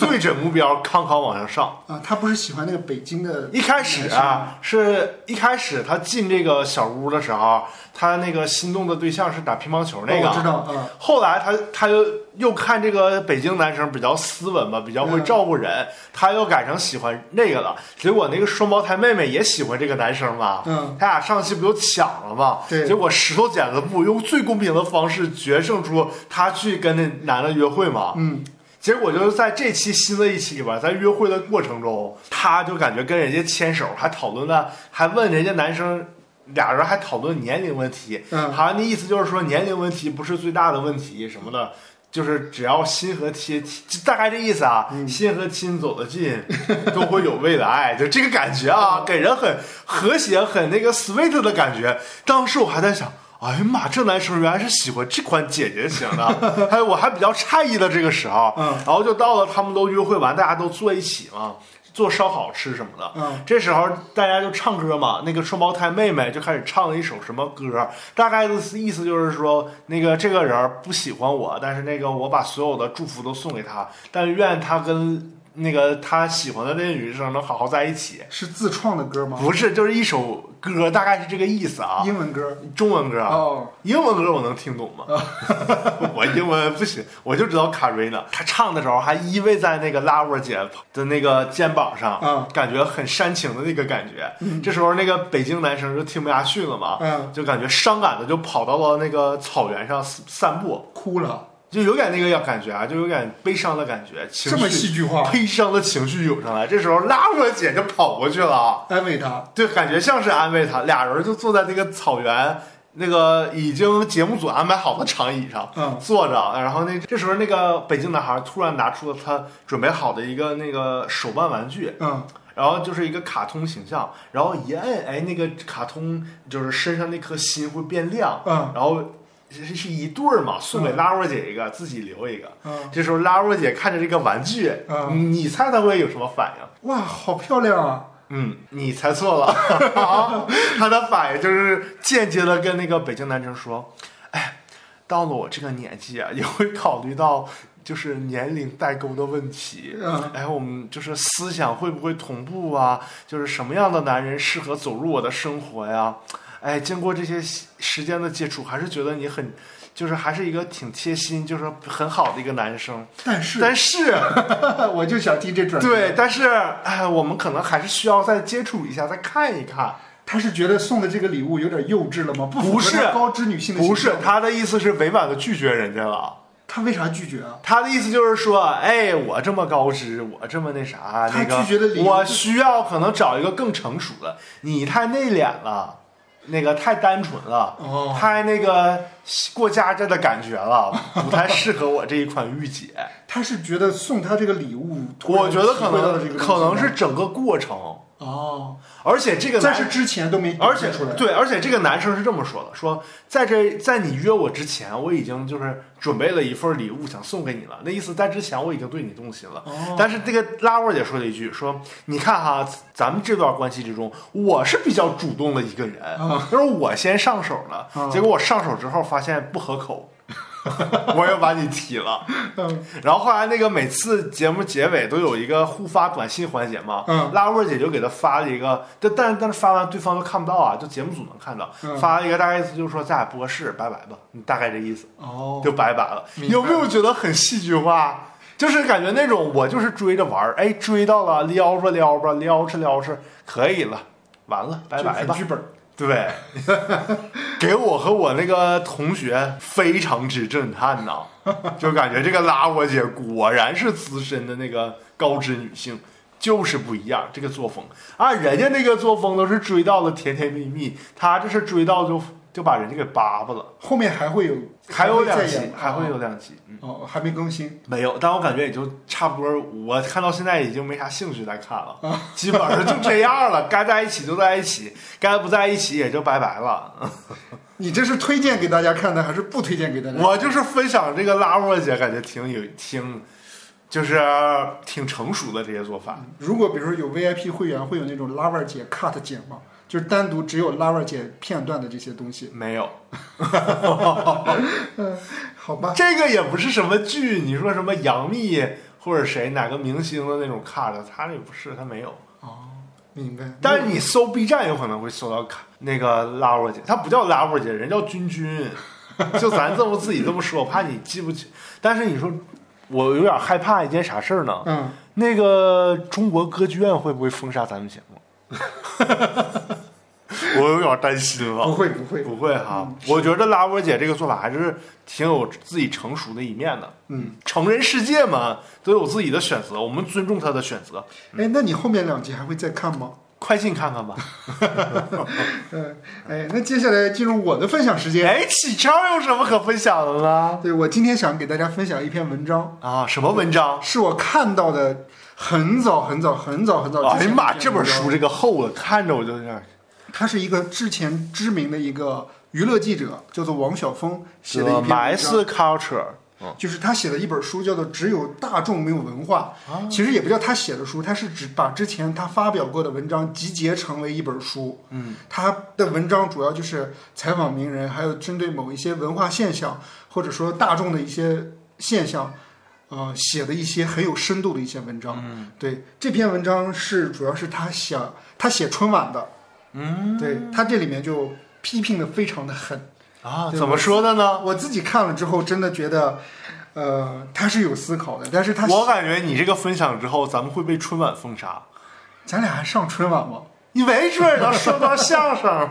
Speaker 2: 对准目标康康往上上。
Speaker 1: 啊，她不是喜欢那个北京的
Speaker 2: 一开始 啊，是一开始他进这个小屋的时候，他那个心动的对象是打乒乓球那个，
Speaker 1: 哦我知道啊。
Speaker 2: 后来他他又又看这个北京男生比较斯文嘛，比较会照顾人，他又改成喜欢那个了。结果那个双胞胎妹妹也喜欢这个男生嘛，
Speaker 1: 嗯
Speaker 2: 他俩上期不就抢了嘛？
Speaker 1: 对
Speaker 2: 结果石头剪子布用最公平的方式决胜出他去跟那男的约会嘛。
Speaker 1: 嗯，
Speaker 2: 结果就是在这期新的一期里边，在约会的过程中，他就感觉跟人家牵手，还讨论了，还问人家男生，俩人还讨论年龄问题。
Speaker 1: 嗯
Speaker 2: 好像那意思就是说年龄问题不是最大的问题什么的，就是只要心和贴，就大概这意思啊，
Speaker 1: 嗯
Speaker 2: 心和亲走得近， 都会有未来，就这个感觉
Speaker 1: 嗯
Speaker 2: 啊，给人很和谐、很那个 sweet 的感觉。当时我还在想。哎呀妈！这男生原来是喜欢这款姐姐型 的，还有我还比较诧异的这个时候，
Speaker 1: 嗯
Speaker 2: 然后就到了他们都约会完，大家都坐一起嘛，做烧烤吃什么的，
Speaker 1: 嗯
Speaker 2: 这时候大家就唱歌嘛，那个双胞胎妹妹就开始唱了一首什么歌，大概的意思就是说，那个这个人不喜欢我，但是那个我把所有的祝福都送给他，但愿他跟那个他喜欢的那个女生能好好在一起。
Speaker 1: 是自创的歌吗？
Speaker 2: 不是，就是一首歌，大概是这个意思啊。
Speaker 1: 英文歌
Speaker 2: 中文歌啊，
Speaker 1: 哦，
Speaker 2: 英文歌我能听懂吗？ 我英文不行，我就知道卡瑞娜。她唱的时候还依偎在那个拉沃姐的那个肩膀上，
Speaker 1: 嗯
Speaker 2: 感觉很煽情的那个感觉。这时候那个北京男生就听不下去了嘛，
Speaker 1: 嗯
Speaker 2: 就感觉伤感的就跑到了那个草原上散散步，
Speaker 1: 哭了，
Speaker 2: 就有点那个感觉啊，就有点悲伤的感觉，情
Speaker 1: 这么啊
Speaker 2: 绪
Speaker 1: 戏剧化，
Speaker 2: 悲伤的情绪涌上来。这时候拉沃姐就跑过去了啊。
Speaker 1: 安慰他。
Speaker 2: 对，感觉像是安慰他。俩人就坐在那个草原，那个已经节目组安排好的长椅上，
Speaker 1: 嗯
Speaker 2: 坐着。然后那这时候那个北京男孩突然拿出了他准备好的一个那个手办玩具，
Speaker 1: 嗯，
Speaker 2: 然后就是一个卡通形象，然后一摁，哎，那个卡通就是身上那颗心会变亮，
Speaker 1: 嗯
Speaker 2: 然后是是一对儿嘛，送给拉若姐一个，自己留一个。
Speaker 1: 嗯，
Speaker 2: 这时候拉若姐看着这个玩具，
Speaker 1: 嗯
Speaker 2: 你猜她会有什么反应？
Speaker 1: 哇，好漂亮啊！
Speaker 2: 嗯，你猜错了。他的反应就是间接的跟那个北京男生说：“哎，到了我这个年纪啊，也会考虑到就是年龄代沟的问题。
Speaker 1: 嗯
Speaker 2: 哎，我们就是思想会不会同步啊？就是什么样的男人适合走入我的生活呀？哎，经过这些时间的接触，还是觉得你很，就是还是一个挺贴心，就是很好的一个男生。
Speaker 1: 但是，
Speaker 2: 但是。”
Speaker 1: 我就想听这转折。
Speaker 2: 对，，但是哎，我们可能还是需要再接触一下，再看一看。
Speaker 1: 他是觉得送的这个礼物有点幼稚了吗？不符合
Speaker 2: 不是
Speaker 1: 他高知女性的
Speaker 2: 不
Speaker 1: 形
Speaker 2: 是
Speaker 1: 象，
Speaker 2: 他的意思是委婉的拒绝人家了。
Speaker 1: 他为啥拒绝啊？
Speaker 2: 他的意思就是说，哎，我这么高知，我这么那啥，
Speaker 1: 他
Speaker 2: 那个
Speaker 1: 拒绝的理由
Speaker 2: 我
Speaker 1: 是
Speaker 2: 需要可能找一个更成熟的。你太内敛了，那个太单纯了，
Speaker 1: 哦，
Speaker 2: 太那个过家家的感觉了，不太适合我这一款御 姐。
Speaker 1: 他是觉得送他这个礼物，突然
Speaker 2: 我觉得可
Speaker 1: 体会到了这
Speaker 2: 能
Speaker 1: 个
Speaker 2: 可能
Speaker 1: 东西
Speaker 2: 是整个过程，
Speaker 1: 哦，
Speaker 2: 而且这个
Speaker 1: 在
Speaker 2: 男
Speaker 1: 是之前都没
Speaker 2: 而且
Speaker 1: 出来，
Speaker 2: 对，而且这个男生是这么说的：说在这在你约我之前，我已经就是准备了一份礼物想送给你了。那意思在之前我已经对你动心了。
Speaker 1: 哦，
Speaker 2: 但是这个拉沃姐说了一句：说你看哈，咱们这段关系之中，我是比较主动的一个人，
Speaker 1: 啊
Speaker 2: 就是我先上手了。
Speaker 1: 啊
Speaker 2: 结果我上手之后发现不 合口。我又把你踢了，
Speaker 1: 嗯
Speaker 2: 然后后来那个每次节目结尾都有一个互发短信环节嘛，
Speaker 1: 嗯
Speaker 2: 拉沃姐就给他发了一个，但但但是发完对方都看不到啊，就节目组能看到，
Speaker 1: 嗯
Speaker 2: 发了一个大概意思就是说咱俩不合适，拜拜吧，大概这意思
Speaker 1: 哦，
Speaker 2: 就拜拜了。
Speaker 1: 明白
Speaker 2: 有没有觉得很戏剧化？就是感觉那种我就是追着玩儿，哎，追到了撩吧撩吧撩着撩着可以了，完了拜
Speaker 1: 就是
Speaker 2: 拜
Speaker 1: 很
Speaker 2: 吧，
Speaker 1: 剧本。
Speaker 2: 对，给我和我那个同学非常之震撼呐、就感觉这个拉我姐果然是资深的那个高知女性，就是不一样这个作风。啊，人家那个作风都是追到了甜甜蜜蜜，她这是追到就就把人家给扒巴了。
Speaker 1: 后面还会有，
Speaker 2: 还有两
Speaker 1: 再
Speaker 2: 集
Speaker 1: 演，
Speaker 2: 还会有两集，嗯，
Speaker 1: 哦，还没更新。
Speaker 2: 没有，但我感觉也就差不多。我看到现在已经没啥兴趣再看了，基本上就这样了。 该在一起就在一起，该不在一起也就拜拜了。
Speaker 1: 你这是推荐给大家看的，还是不推荐给大家看？
Speaker 2: 我就是分享这个拉沃姐，感觉挺有挺，就是挺成熟的这些做法。
Speaker 1: 如果比如说有 VIP 会员，会有那种拉腕姐 cut 剪吗？就是单独只有拉腕姐片段的这些东西。
Speaker 2: 没有，
Speaker 1: 好吧，
Speaker 2: 这个也不是什么剧，你说什么杨幂或者谁哪个明星的那种 cut，他那不是，他没有。
Speaker 1: 明白。
Speaker 2: 但是你搜 B 站有可能会搜到卡那个拉沃姐，她不叫拉沃姐，人叫君君。就咱这么自己这么说，我怕你记不起。但是你说，我有点害怕一件啥事儿呢？
Speaker 1: 嗯，
Speaker 2: 那个中国歌剧院会不会封杀咱们节目？我有点担 心
Speaker 1: 不
Speaker 2: 了。
Speaker 1: 会不会，
Speaker 2: 不会哈，我觉得拉沃姐这个做法还是挺有自己成熟的一面的。
Speaker 1: 嗯，
Speaker 2: 成人世界嘛，都有自己的选择，我们尊重她的选择。
Speaker 1: 哎，那你后面两集还会再看吗？
Speaker 2: 快进看看吧。
Speaker 1: 嗯，哎，那接下来进入我的分享时间。
Speaker 2: 哎，启超有什么可分享的呢？
Speaker 1: 对我今天想给大家分享一篇文章，
Speaker 2: 啊，什么文章？
Speaker 1: 是我看到的很早很早很早很早之前的
Speaker 2: 哎
Speaker 1: 一
Speaker 2: 呀
Speaker 1: 篇文章。
Speaker 2: 妈，这本书这个厚的，看着我就有点
Speaker 1: 他是一个之前知名的一个娱乐记者，叫做王晓峰写的一
Speaker 2: The
Speaker 1: 篇文章，
Speaker 2: mass culture。嗯，
Speaker 1: 就是他写了一本书，叫做《只有大众没有文化》。其实也不叫他写的书，他是指把之前他发表过的文章集结成为一本书。嗯，他的文章主要就是采访名人，还有针对某一些文化现象，或者说大众的一些现象，呃写的一些很有深度的一些文章。嗯，对，这篇文章是主要是他想他写春晚的，嗯，对他这里面就批评的非常的狠。
Speaker 2: 啊，
Speaker 1: 对
Speaker 2: 怎么说的呢？
Speaker 1: 我自己看了之后，真的觉得，呃，他是有思考的，但是他
Speaker 2: 我感觉你这个分享之后，咱们会被春晚封杀。
Speaker 1: 咱俩还上春晚吗？
Speaker 2: 你没准儿能说到相 声。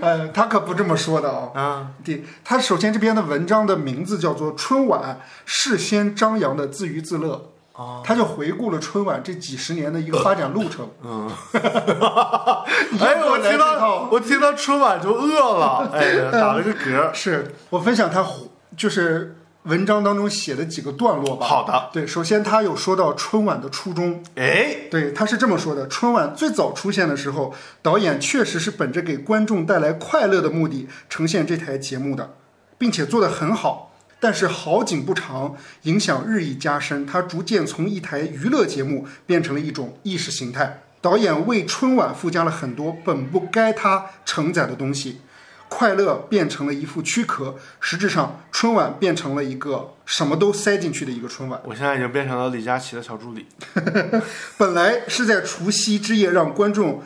Speaker 1: 呃，他可不这么说的啊、
Speaker 2: 嗯，
Speaker 1: 对，他首先这篇的文章的名字叫做《春晚事先张扬的自娱自乐》，
Speaker 2: 哦
Speaker 1: 他就回顾了春晚这几十年的一个发展路程。
Speaker 2: 呃哎，
Speaker 1: 又
Speaker 2: 我
Speaker 1: 来
Speaker 2: 听
Speaker 1: 这
Speaker 2: 到
Speaker 1: 套
Speaker 2: 我听到春晚就饿 了，哎呀，打了个嗝。
Speaker 1: 是我分享他就是文章当中写的几个段落吧。
Speaker 2: 好的，
Speaker 1: 对，首先他有说到春晚的初衷，
Speaker 2: 哎，
Speaker 1: 对，他是这么说的：春晚最早出现的时候，导演确实是本着给观众带来快乐的目的呈现这台节目的，并且做得很好。但是好景不长，影响日益加深，它逐渐从一台娱乐节目变成了一种意识形态。导演为春晚附加了很多本不该它承载的东西，快乐变成了一副躯壳，实质上春晚变成了一个什么都塞进去的一个春晚。
Speaker 2: 我现在已经变成了李佳琦的小助理。
Speaker 1: 本来是在除夕之夜让观众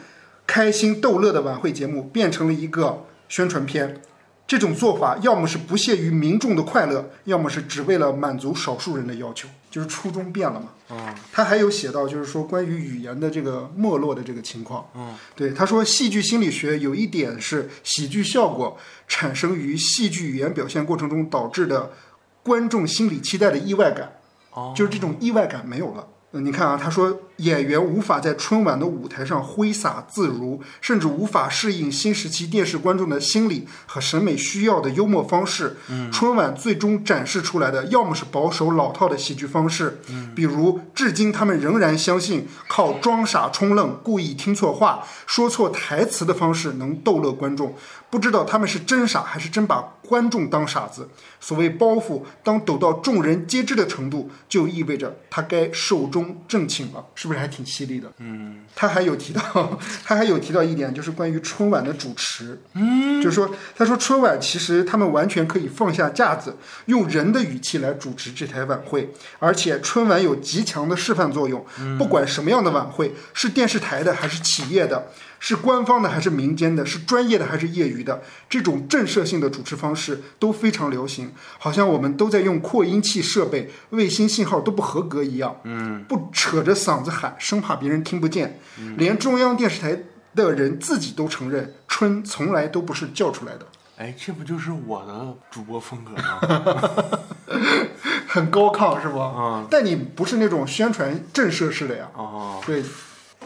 Speaker 1: 开心逗乐的晚会节目，变成了一个宣传片。这种做法要么是不屑于民众的快乐，要么是只为了满足少数人的要求，就是初衷变了嘛。嗯，他还有写到，就是说关于语言的这个没落的这个情况。嗯，对，他说戏剧心理学有一点是喜剧效果产生于戏剧语言表现过程中导致的观众心理期待的意外感。就是这种意外感没有了。呃你看啊，他说演员无法在春晚的舞台上挥洒自如，甚至无法适应新时期电视观众的心理和审美需要的幽默方式。春晚最终展示出来的，要么是保守老套的喜剧方式，比如至今他们仍然相信靠装傻充愣、故意听错话、说错台词的方式能逗乐观众，不知道他们是真傻还是真把观众当傻子。所谓包袱，当抖到众人皆知的程度，就意味着他该寿终正寝了，是不是还挺犀利的？嗯，他还有提到， 他还有提到一点，就是关于春晚的主持，嗯，就是说，他说春晚其实他们完全可以放下架子，用人的语气来主持这台晚会，而且春晚有极强的示范作用，不管什么样的晚会，是电视台的还是企业的，是官方的还是民间的，是专业的还是业余的，这种震慑性的主持方式都非常流行，好像我们都在用扩音器设备，卫星信号都不合格一样。嗯，不扯着嗓子喊，生怕别人听不见。连中央电视台的人自己都承认，春从来都不是叫出来的，
Speaker 2: 哎，这不就是我的主播风格吗？
Speaker 1: 很高亢是吗？
Speaker 2: 啊
Speaker 1: 嗯，但你不是那种宣传震慑式的呀。
Speaker 2: 哦，
Speaker 1: 对，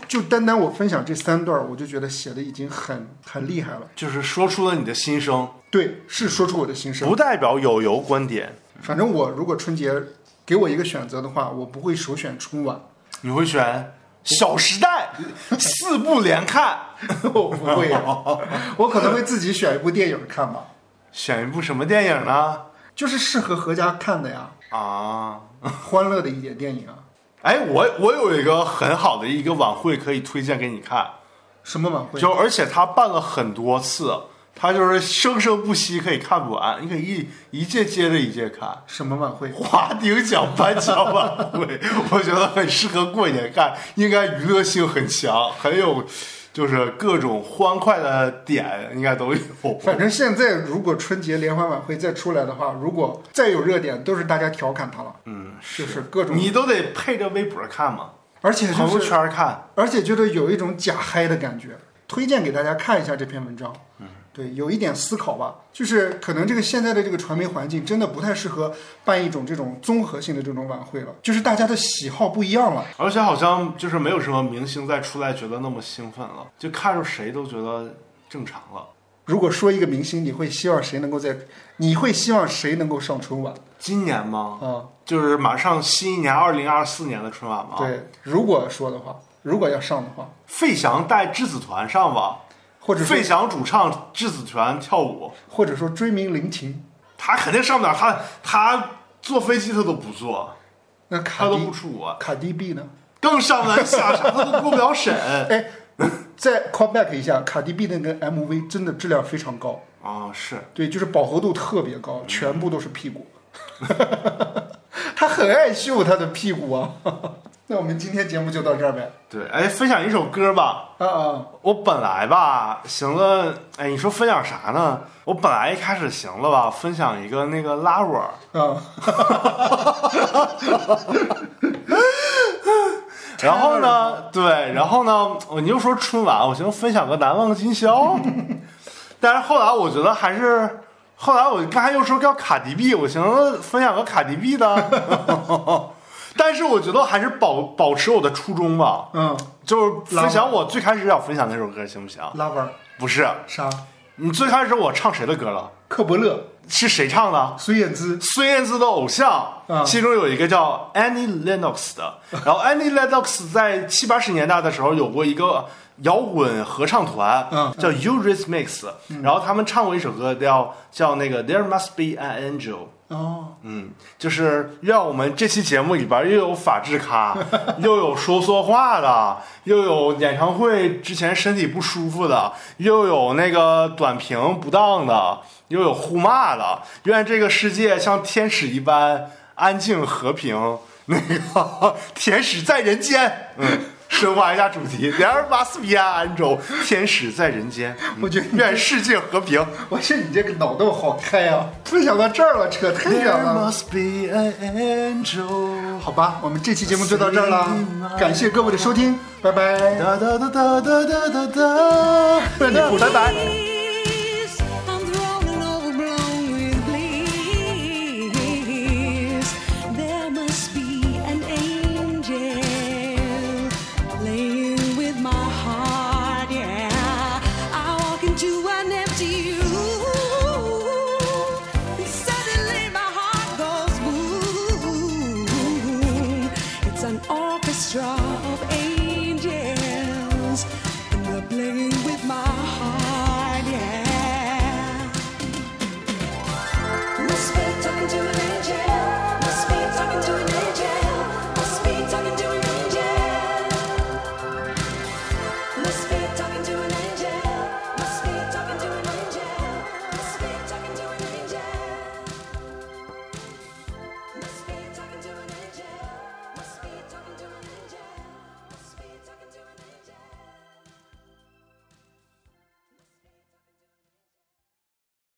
Speaker 1: 就单单我分享这三段儿，我就觉得写的已经很很厉害了。
Speaker 2: 就是说出了你的心声，
Speaker 1: 对，是说出我的心声。
Speaker 2: 不代表有油观点。
Speaker 1: 反正我如果春节给我一个选择的话，我不会首选春晚，
Speaker 2: 你会选《小时代》 四部连看，
Speaker 1: 我不会、
Speaker 2: 哦
Speaker 1: 我可能会自己选一部电影看吧，
Speaker 2: 选一部什么电影呢？
Speaker 1: 就是适合合家看的呀，
Speaker 2: 啊，
Speaker 1: 欢乐的一点电影啊。
Speaker 2: 哎，我我有一个很好的一个晚会可以推荐给你看，
Speaker 1: 什么晚会？
Speaker 2: 就而且他办了很多次，他就是生生不息，可以看不完，你可以一一届接着一届看。
Speaker 1: 什么晚会？
Speaker 2: 华鼎奖颁奖晚会， 我觉得很适合过年看，应该娱乐性很强，很有就是各种欢快的点应该都有。
Speaker 1: 反正现在如果春节联欢晚会再出来的话，如果再有热点，都是大家调侃他了，
Speaker 2: 嗯，
Speaker 1: 就是各种，
Speaker 2: 你都得配着微博看嘛，
Speaker 1: 而且
Speaker 2: 朋友
Speaker 1: 就是，
Speaker 2: 圈看。
Speaker 1: 而且就是有一种假嗨的感觉。推荐给大家看一下这篇文章，嗯，对，有一点思考吧，就是可能这个现在的这个传媒环境真的不太适合办一种这种综合性的这种晚会了，就是大家的喜好不一样了。
Speaker 2: 而且好像就是没有什么明星再出来觉得那么兴奋了，就看着谁都觉得正常了。
Speaker 1: 如果说一个明星，你会希望谁能够在，你会希望谁能够上春晚
Speaker 2: 今年吗？
Speaker 1: 啊？
Speaker 2: 就是马上新一年二零二四年的春晚嘛。，
Speaker 1: 对，如果说的话，如果要上的话，
Speaker 2: 费翔带质子团上 吧，
Speaker 1: 或者说
Speaker 2: 费翔主唱，质子团跳舞，
Speaker 1: 或者说追名林琴，
Speaker 2: 他肯定上不了。他他坐飞机他都不坐，
Speaker 1: 那
Speaker 2: 他
Speaker 1: 卡
Speaker 2: 都不
Speaker 1: 迪
Speaker 2: 出国，
Speaker 1: 卡迪 B 呢？
Speaker 2: 更上不来下场，他都过不了审
Speaker 1: 哎，再 callback 一下，卡迪 B 那个 MV 真的质量非常高，
Speaker 2: 啊！是
Speaker 1: 对，就是饱和度特别高，全部都是屁股。 他很爱秀他的屁股啊。 那我们今天节目就到这儿呗。
Speaker 2: 对，哎，分享一首歌吧。
Speaker 1: 啊啊，
Speaker 2: 我本来吧，行了，哎，你说分享啥呢？我本来一开始行了吧，分享一个那个拉我儿，
Speaker 1: 啊，
Speaker 2: 然后呢，对，然后呢，我你又说春晚，我寻思分享个难忘今宵，但是后来我觉得还是，后来我刚才又说要卡迪 B，我寻思分享个卡迪 B 的，但是我觉得还是保保持我的初衷吧，
Speaker 1: 嗯，
Speaker 2: 就是分享我最开始想分享那首歌，行不行？
Speaker 1: 拉弯儿
Speaker 2: 不是，
Speaker 1: 啥？
Speaker 2: 你最开始我唱谁的歌了？
Speaker 1: 克伯勒、
Speaker 2: 是谁唱的？
Speaker 1: 孙燕姿，
Speaker 2: 孙燕姿的偶像
Speaker 1: 嗯，
Speaker 2: 其中有一个叫 Annie Lennox 的，然后 Annie Lennox 在七八十年代的时候有过一个摇滚合唱团
Speaker 1: 嗯，
Speaker 2: 叫 Eurythmics，然后他们唱过一首歌叫叫那个 There Must Be an Angel。
Speaker 1: 哦，
Speaker 2: 嗯，就是让我们这期节目里边又有法制咖，又有说错话的，又有演唱会之前身体不舒服的，又有那个短评不当的，又有互骂的。愿这个世界像天使一般安静和平。那个 天使在人间，嗯，升华一下主题，然而马斯比亚安州，天使在人间。嗯
Speaker 1: 我觉得你
Speaker 2: 愿世界和平。
Speaker 1: 我说你这个脑洞好开啊！分享到这儿了，扯太远
Speaker 2: There
Speaker 1: 了。
Speaker 2: must be an angel。
Speaker 1: 好吧，我们这期节目就到这儿
Speaker 2: 啊
Speaker 1: 了，感谢各位的收听，拜拜。
Speaker 2: 哒哒哒哒哒哒哒哒，
Speaker 1: 那你不
Speaker 2: 拜拜。